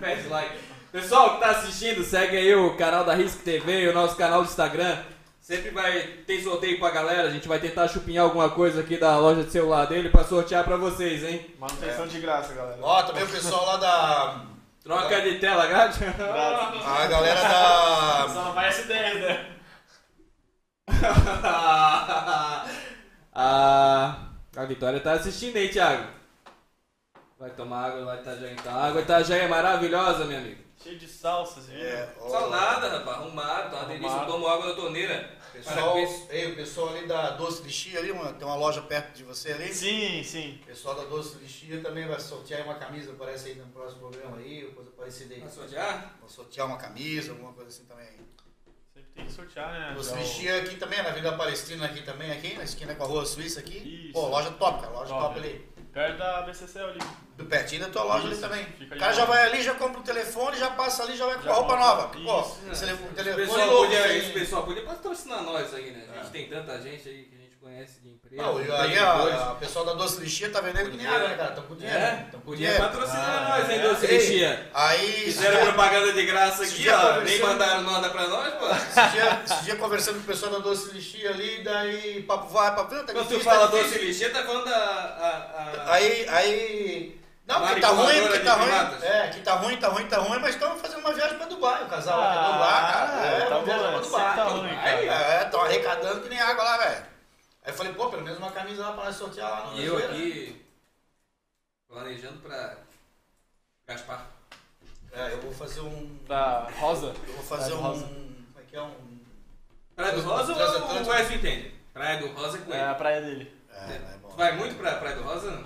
A: Pede like. Pessoal que tá assistindo, segue aí o canal da Risk TV, o nosso canal do Instagram. Sempre vai ter sorteio pra galera. A gente vai tentar chupinhar alguma coisa aqui da loja de celular dele pra sortear pra vocês, hein?
B: Manutenção de graça, galera.
C: Ó, também o pessoal lá da.
A: Troca de tela, gato.
B: Graça.
C: A galera da.
B: Só não vai S10, né?
A: a, a Vitória tá assistindo aí, Thiago. Vai tomar água, lá Itajaí. Tá, a água Itajaí é maravilhosa, meu amigo.
B: Cheio de salsas, viu?
C: É, ó,
A: Só nada, rapaz. Arrumado, tá uma delícia. Eu
B: Arrumado.
A: tomo água da torneira.
C: pessoal, ei, o pessoal ali da Doce de Chia ali, mano, tem uma loja perto de você ali.
B: Sim, sim.
C: O pessoal da Doce de Chia também vai sortear uma camisa, parece aí no próximo programa aí, ou coisa parecida aí.
A: Pra sortear?
C: Vão sortear uma camisa, alguma coisa assim também.
B: Sempre tem que sortear, né?
C: Doce
B: Já o-
C: de Chia aqui também, na Vila Palestrina aqui também, aqui na esquina com a Rua Suíça aqui.
B: Isso.
C: Pô, loja top, cara, loja
B: Top.
C: top ali.
B: Perto da BCC ali.
C: Do pertinho da tua loja ali
B: Isso,
C: também.
B: fica
C: O
B: ali
C: cara
B: na
C: já
B: loja.
C: vai ali, já compra o telefone, já passa ali, já vai com
B: Já
C: a roupa
B: compra.
C: nova. Pô,
B: Isso.
C: você leva um
A: O
C: telefone
A: pessoal,
C: novo,
A: podia,
C: sem-
A: esse pessoal podia patrocinar nós aí, né? A gente tem tanta gente aí que a gente conhece de empresa.
C: Não, e aí é a, a pessoa da Doce de Chia tá vendendo que nem água, né, cara? Tão com dinheiro.
A: É,
C: tão com
A: podia
C: dinheiro.
A: patrocinar
B: Ah,
A: nós, hein,
B: é.
A: Doce
C: Ei,
A: Lixia?
C: Aí, esse
A: Fizeram
C: dia,
A: propaganda de graça
C: esse
A: aqui, ó.
C: dia eu
A: Nem
C: conversei-
A: mandaram nota pra nós, pô.
C: esse dia- esse dia conversando com o pessoal da Doce de Chia ali, daí papo vai, papo vem, tá
A: Quando tu
C: difícil,
A: fala
C: tá
A: Doce
C: difícil.
A: Lixia, tá falando a. a, a...
C: Aí, aí... Não,
A: Mari
C: que tá ruim,
A: Voadora
C: que tá
A: de
C: ruim.
A: primatas.
C: É, que tá ruim, tá ruim, tá ruim, mas estamos fazendo uma viagem pra Dubai, o casal. lá, que é
B: Ah,
C: Dubai, cara. É,
B: tá
C: uma viagem pra
B: bom, sempre
C: Dubai.
B: tá ruim,
C: Aí,
B: cara.
C: é, tão arrecadando que nem água lá, velho. Aí eu falei, pô, pelo menos uma camisa lá pra nós sortear lá no
A: E eu
C: Venezuela.
A: aqui. Planejando pra. Gaspar.
C: É, eu vou fazer um...
A: Tá.
B: Da Rosa.
C: Eu vou fazer
B: Praia do Rosa.
C: um... Como é que é? Um...
A: Praia do Rosa ou o
C: Transatlântico.
A: Wesley entende? Praia do Rosa é com
B: É a
A: ele.
B: praia dele.
C: É, é bom.
A: Tu vai muito pra Praia do Rosa? Não?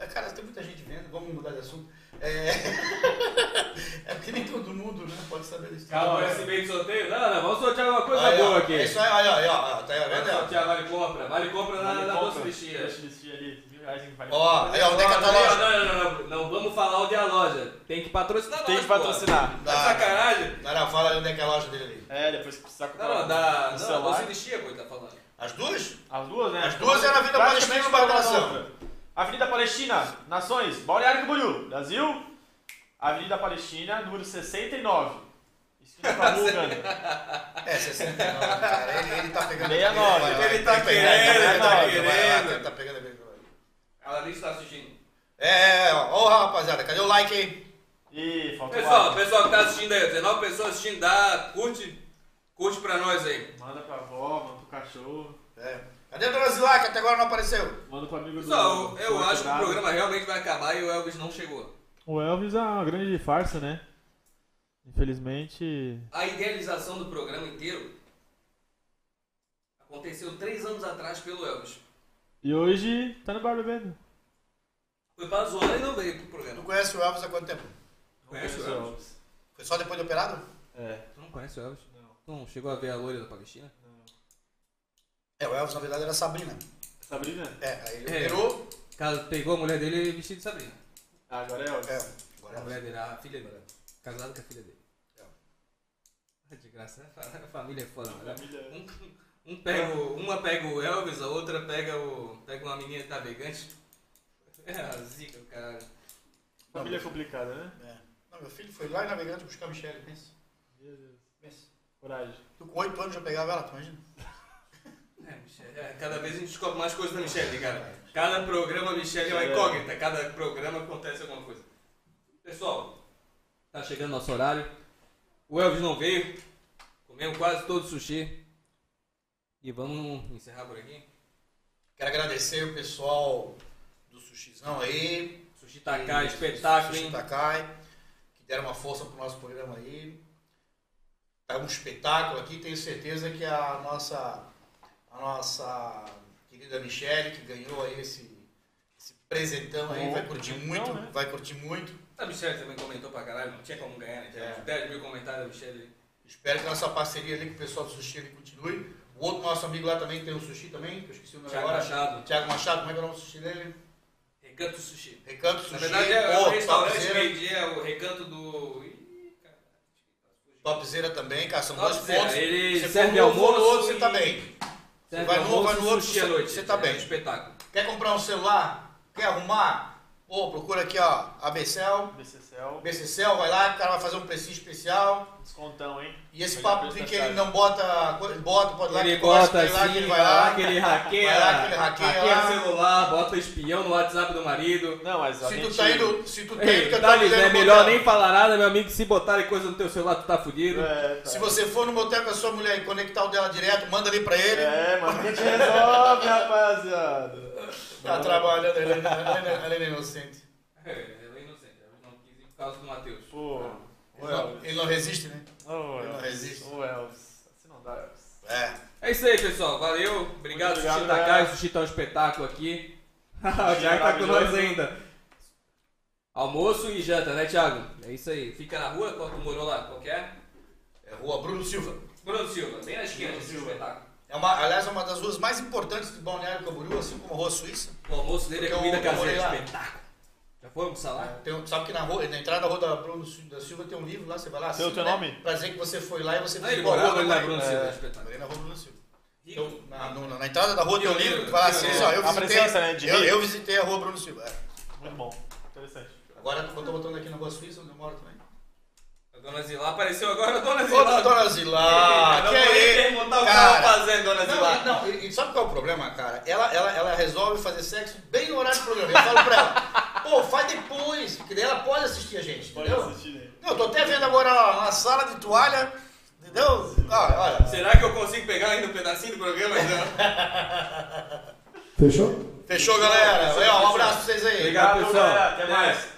C: É, Cara, tem muita gente vendo, vamos mudar de assunto. É, é porque nem todo mundo né, pode saber disso.
A: Acabou esse meio de sorteio? Não, não, vamos sortear alguma coisa
C: é. Aí, ó,
A: boa aqui.
C: é Isso aí, olha, olha, olha, tá aí, ó,
A: Vamos
C: vendo?
A: sortear vale compra. Vale compra na, na Doce Lixia.
B: Doce Lixia ali. Mil reais em vale.
C: Ó, aí, ó, onde é que é a tua
A: Não,
C: loja?
A: Não, não, não, não, não vamos falar onde é a loja. Tem que patrocinar
B: Tem
A: nós,
B: que
A: pô.
B: patrocinar.
A: Tá de sacanagem?
C: Cara, fala aí onde é que é a loja dele ali.
B: É, depois que precisar comprar
A: Não, não,
B: um-
A: da.
B: um
A: Não,
B: celular.
A: Doce Lixia, pô, ele tá falando.
C: As duas?
B: As duas, né?
C: As duas eram Avenida Palestina e Bairro da Nação.
B: Avenida Palestina, Nações, Balneário Camboriú, Brasil. Avenida Palestina, número 69. Esquina com a Bulgana.
C: É, 69, cara. Ele, ele tá pegando.
B: 69.
C: vai, vai,
A: Ele tá
C: vai pegar,
A: querendo,
C: vai,
A: ele tá
C: vai, vai, vai,
A: querendo.
C: Ele tá pegando. ele vai.
A: Ela nem está assistindo.
C: É, é, ó, ó, rapaziada, cadê o like aí?
B: Ih, falta o
A: Pessoal,
B: like.
A: pessoal que tá assistindo aí, 19 pessoas assistindo, dá, curte, curte pra nós aí.
B: Manda pra avó, manda pro cachorro,
C: É. Cadê o Brasilar, que até agora não apareceu?
B: manda pro amigo
A: Pessoal,
B: do...
A: eu
B: do
A: acho que o
B: Eduardo.
A: programa realmente vai acabar e o Elvis não chegou.
B: O Elvis é uma grande farsa, né? Infelizmente...
A: A idealização do programa inteiro aconteceu três anos atrás pelo Elvis.
B: E hoje tá no bar bebendo.
A: Foi pra zona e não veio pro programa.
C: Tu conhece o Elvis há quanto tempo?
A: Conhece o
B: Esse é
A: Elvis?
B: Elvis.
C: Foi só depois de operado?
B: É.
A: Tu não conhece o Elvis?
B: Não,
A: Tu não chegou a ver a loira da Palestina?
B: não.
C: É, o Elvis na verdade era Sabrina.
B: Tá brigando?
C: É, aí ele
A: É.
C: operou.
A: Cara, pegou a mulher dele vestida de Sabrina.
B: Ah, agora é Elvis.
C: É,
A: A
C: agora
A: mulher dele, a filha dele. Casado com a filha dele. De graça, né? a família é foda. né?
B: Família-
A: Um, um pega o- uma pega o Elvis, a outra pega o. pega uma menina navegante. É a zica, cara.
B: Família complicada, né?
C: É. Não, meu filho foi lá em Navegante buscar a Michelle, pensa.
B: Meu Deus.
C: pensa.
B: Coragem.
C: Tu com oito anos já pegava ela, tu imagina?
A: É, Michelle, é, cada vez a gente descobre mais coisas da Michelle, né, cara. Cada programa Michelle é uma incógnita, cada programa acontece alguma coisa. Pessoal, tá chegando nosso horário. O Elvis não veio. Comemos quase todo o sushi. E vamos encerrar por aqui.
C: Quero agradecer o pessoal do Sushizão aí.
A: Sushi Takai, espetáculo,
C: Sushi
A: hein?
C: Takai, que deram uma força pro nosso programa aí. Tá um espetáculo aqui, tenho certeza que a nossa, a nossa querida Michelle, que ganhou aí esse, esse presentão aí,
B: Bom,
C: vai curtir muito,
B: presentão, né?
C: vai curtir muito.
A: A Michelle também comentou pra caralho, não tinha como ganhar, né? Tinha
C: tá- É.
A: uns 10 mil comentários da Michelle.
C: Espero que a nossa parceria ali com o pessoal do sushi ali continue. O outro nosso amigo lá também tem um sushi também, que eu esqueci o nome
A: Thiago
C: agora.
A: Machado.
C: Thiago Machado, como é que é o nome do sushi dele?
A: Recanto Sushi.
C: Recanto Sushi.
A: Na verdade, é
C: Pô,
A: o restaurante
C: topzera.
A: meio-dia, é o recanto do. Ih, cara.
C: Topzera também, cara, são dois
A: Nossa,
C: pontos.
A: é, ele
C: Você
A: serve
C: for no um, for
A: almoço
C: no outro, você
A: e-
C: tá bem.
A: Serve
C: vai no um,
A: almoço
C: vai no
A: e
C: outro,
A: sushi à
C: você-
A: noite.
C: você tá
A: É um
C: bem.
A: espetáculo.
C: Quer comprar um celular? Quer arrumar? Pô, procura aqui, ó. ABCL,
B: BCCL,
C: BCCL, vai lá, o cara vai fazer um precinho especial.
B: descontão, hein?
C: E esse
B: Melhor
C: papo
B: preço
C: de
B: da
C: que ele
B: chave.
C: não bota, co- ele bota, pode ir lá,
F: Ele
C: que conversa
F: bota
C: com ele lá,
F: assim,
C: que ele vai lá.
F: que ele hackeia,
C: Vai lá, que ele hackeia lá.
F: celular, bota espião no WhatsApp do marido.
B: Não, mas a
C: Se
B: gente... É,
C: tu tá indo, se tu tá indo,
F: Ei,
C: que eu tô
F: Thales,
A: né,
C: indo
F: é
C: no
F: melhor
C: motel.
F: nem falar nada, meu amigo, que se botarem coisa no teu celular, tu tá fudido.
B: É, tá.
C: Se você for no motel com a sua mulher e conectar o dela direto, manda ali pra ele.
B: É, mano, a gente resolve, rapaziada.
C: Tá trabalhando, ela, é- ela é- ela é inocente.
A: Ela é inocente, ela não quis ir por causa do Matheus.
B: Pô,
C: Ele
B: o
C: não,
B: tipo, Elvis.
C: ele não resiste, né?
B: Ô,
C: ele não
B: Elvis.
C: resiste.
B: Ô, Elvis. Assim não dá, Elvis.
C: É.
F: É isso aí, pessoal. Valeu. Obrigado,
B: Muito obrigado,
F: Sushi Takai.
B: galera.
F: Sushi tá um espetáculo aqui. o Thiago tá com
B: maravilhoso.
F: nós ainda. Almoço e janta, né, Thiago? É isso aí.
A: Fica na rua, qual tu morou lá? Qualquer?
C: É Rua Bruno Silva.
A: Bruno Silva, bem na esquina, gente, do espetáculo.
C: É uma, aliás, é uma das ruas mais importantes de Balneário Camboriú, assim como a Rua Suíça.
A: O almoço dele é
C: Porque eu-
A: comida
C: eu morei
A: caseira,
C: lá.
A: espetáculo. Já foi almoçar lá?
C: Tem um- sabe que na, rua, na entrada da Rua da Bruno Sil- da Silva tem um livro lá, você vai lá.
B: Tem o
C: assina,
B: teu
C: né?
B: nome?
C: Pra dizer que você foi lá e você
A: Não, Ah, ele
C: Pô,
A: morava
C: eu
A: lá,
C: morei-
A: Bruno
C: é,
A: Silva, é espetáculo.
C: morei na Rua Bruno Silva.
A: Rico.
C: Então, na, no- na entrada da rua tem
A: Tem
C: um
A: um
C: livro que
A: livro,
C: fala
A: tem um
C: assim,
A: livro.
C: ó, eu
B: A
C: visitei,
B: presença, né, de
C: eu,
B: livro.
C: eu visitei a Rua Bruno Silva. é.
B: Muito bom. Interessante.
C: Agora eu tô botando aqui na Rua Suíça, onde eu moro também.
A: A dona Zilá apareceu agora, a dona
C: Ô,
A: Zilá. Ah,
C: doutora
A: não
C: Zilá, que
A: vou nem
C: é
A: perguntar o que
C: Cara.
A: ela tá fazendo, dona Zilá.
C: Não, não, e, e sabe qual é o problema, cara? Ela, ela, ela resolve fazer sexo bem no horário do programa. Eu falo pra ela, pô, faz depois, porque daí ela pode assistir a gente,
B: Pode
C: entendeu?
B: assistir aí.
C: Não, eu tô até vendo agora lá na sala de toalha, entendeu? Olha, olha.
A: Será que eu consigo pegar ainda um pedacinho do programa? então? Não.
E: Fechou?
C: Fechou, galera. Valeu, Um abraço pra vocês aí.
F: Obrigado, pessoal.
A: Até mais.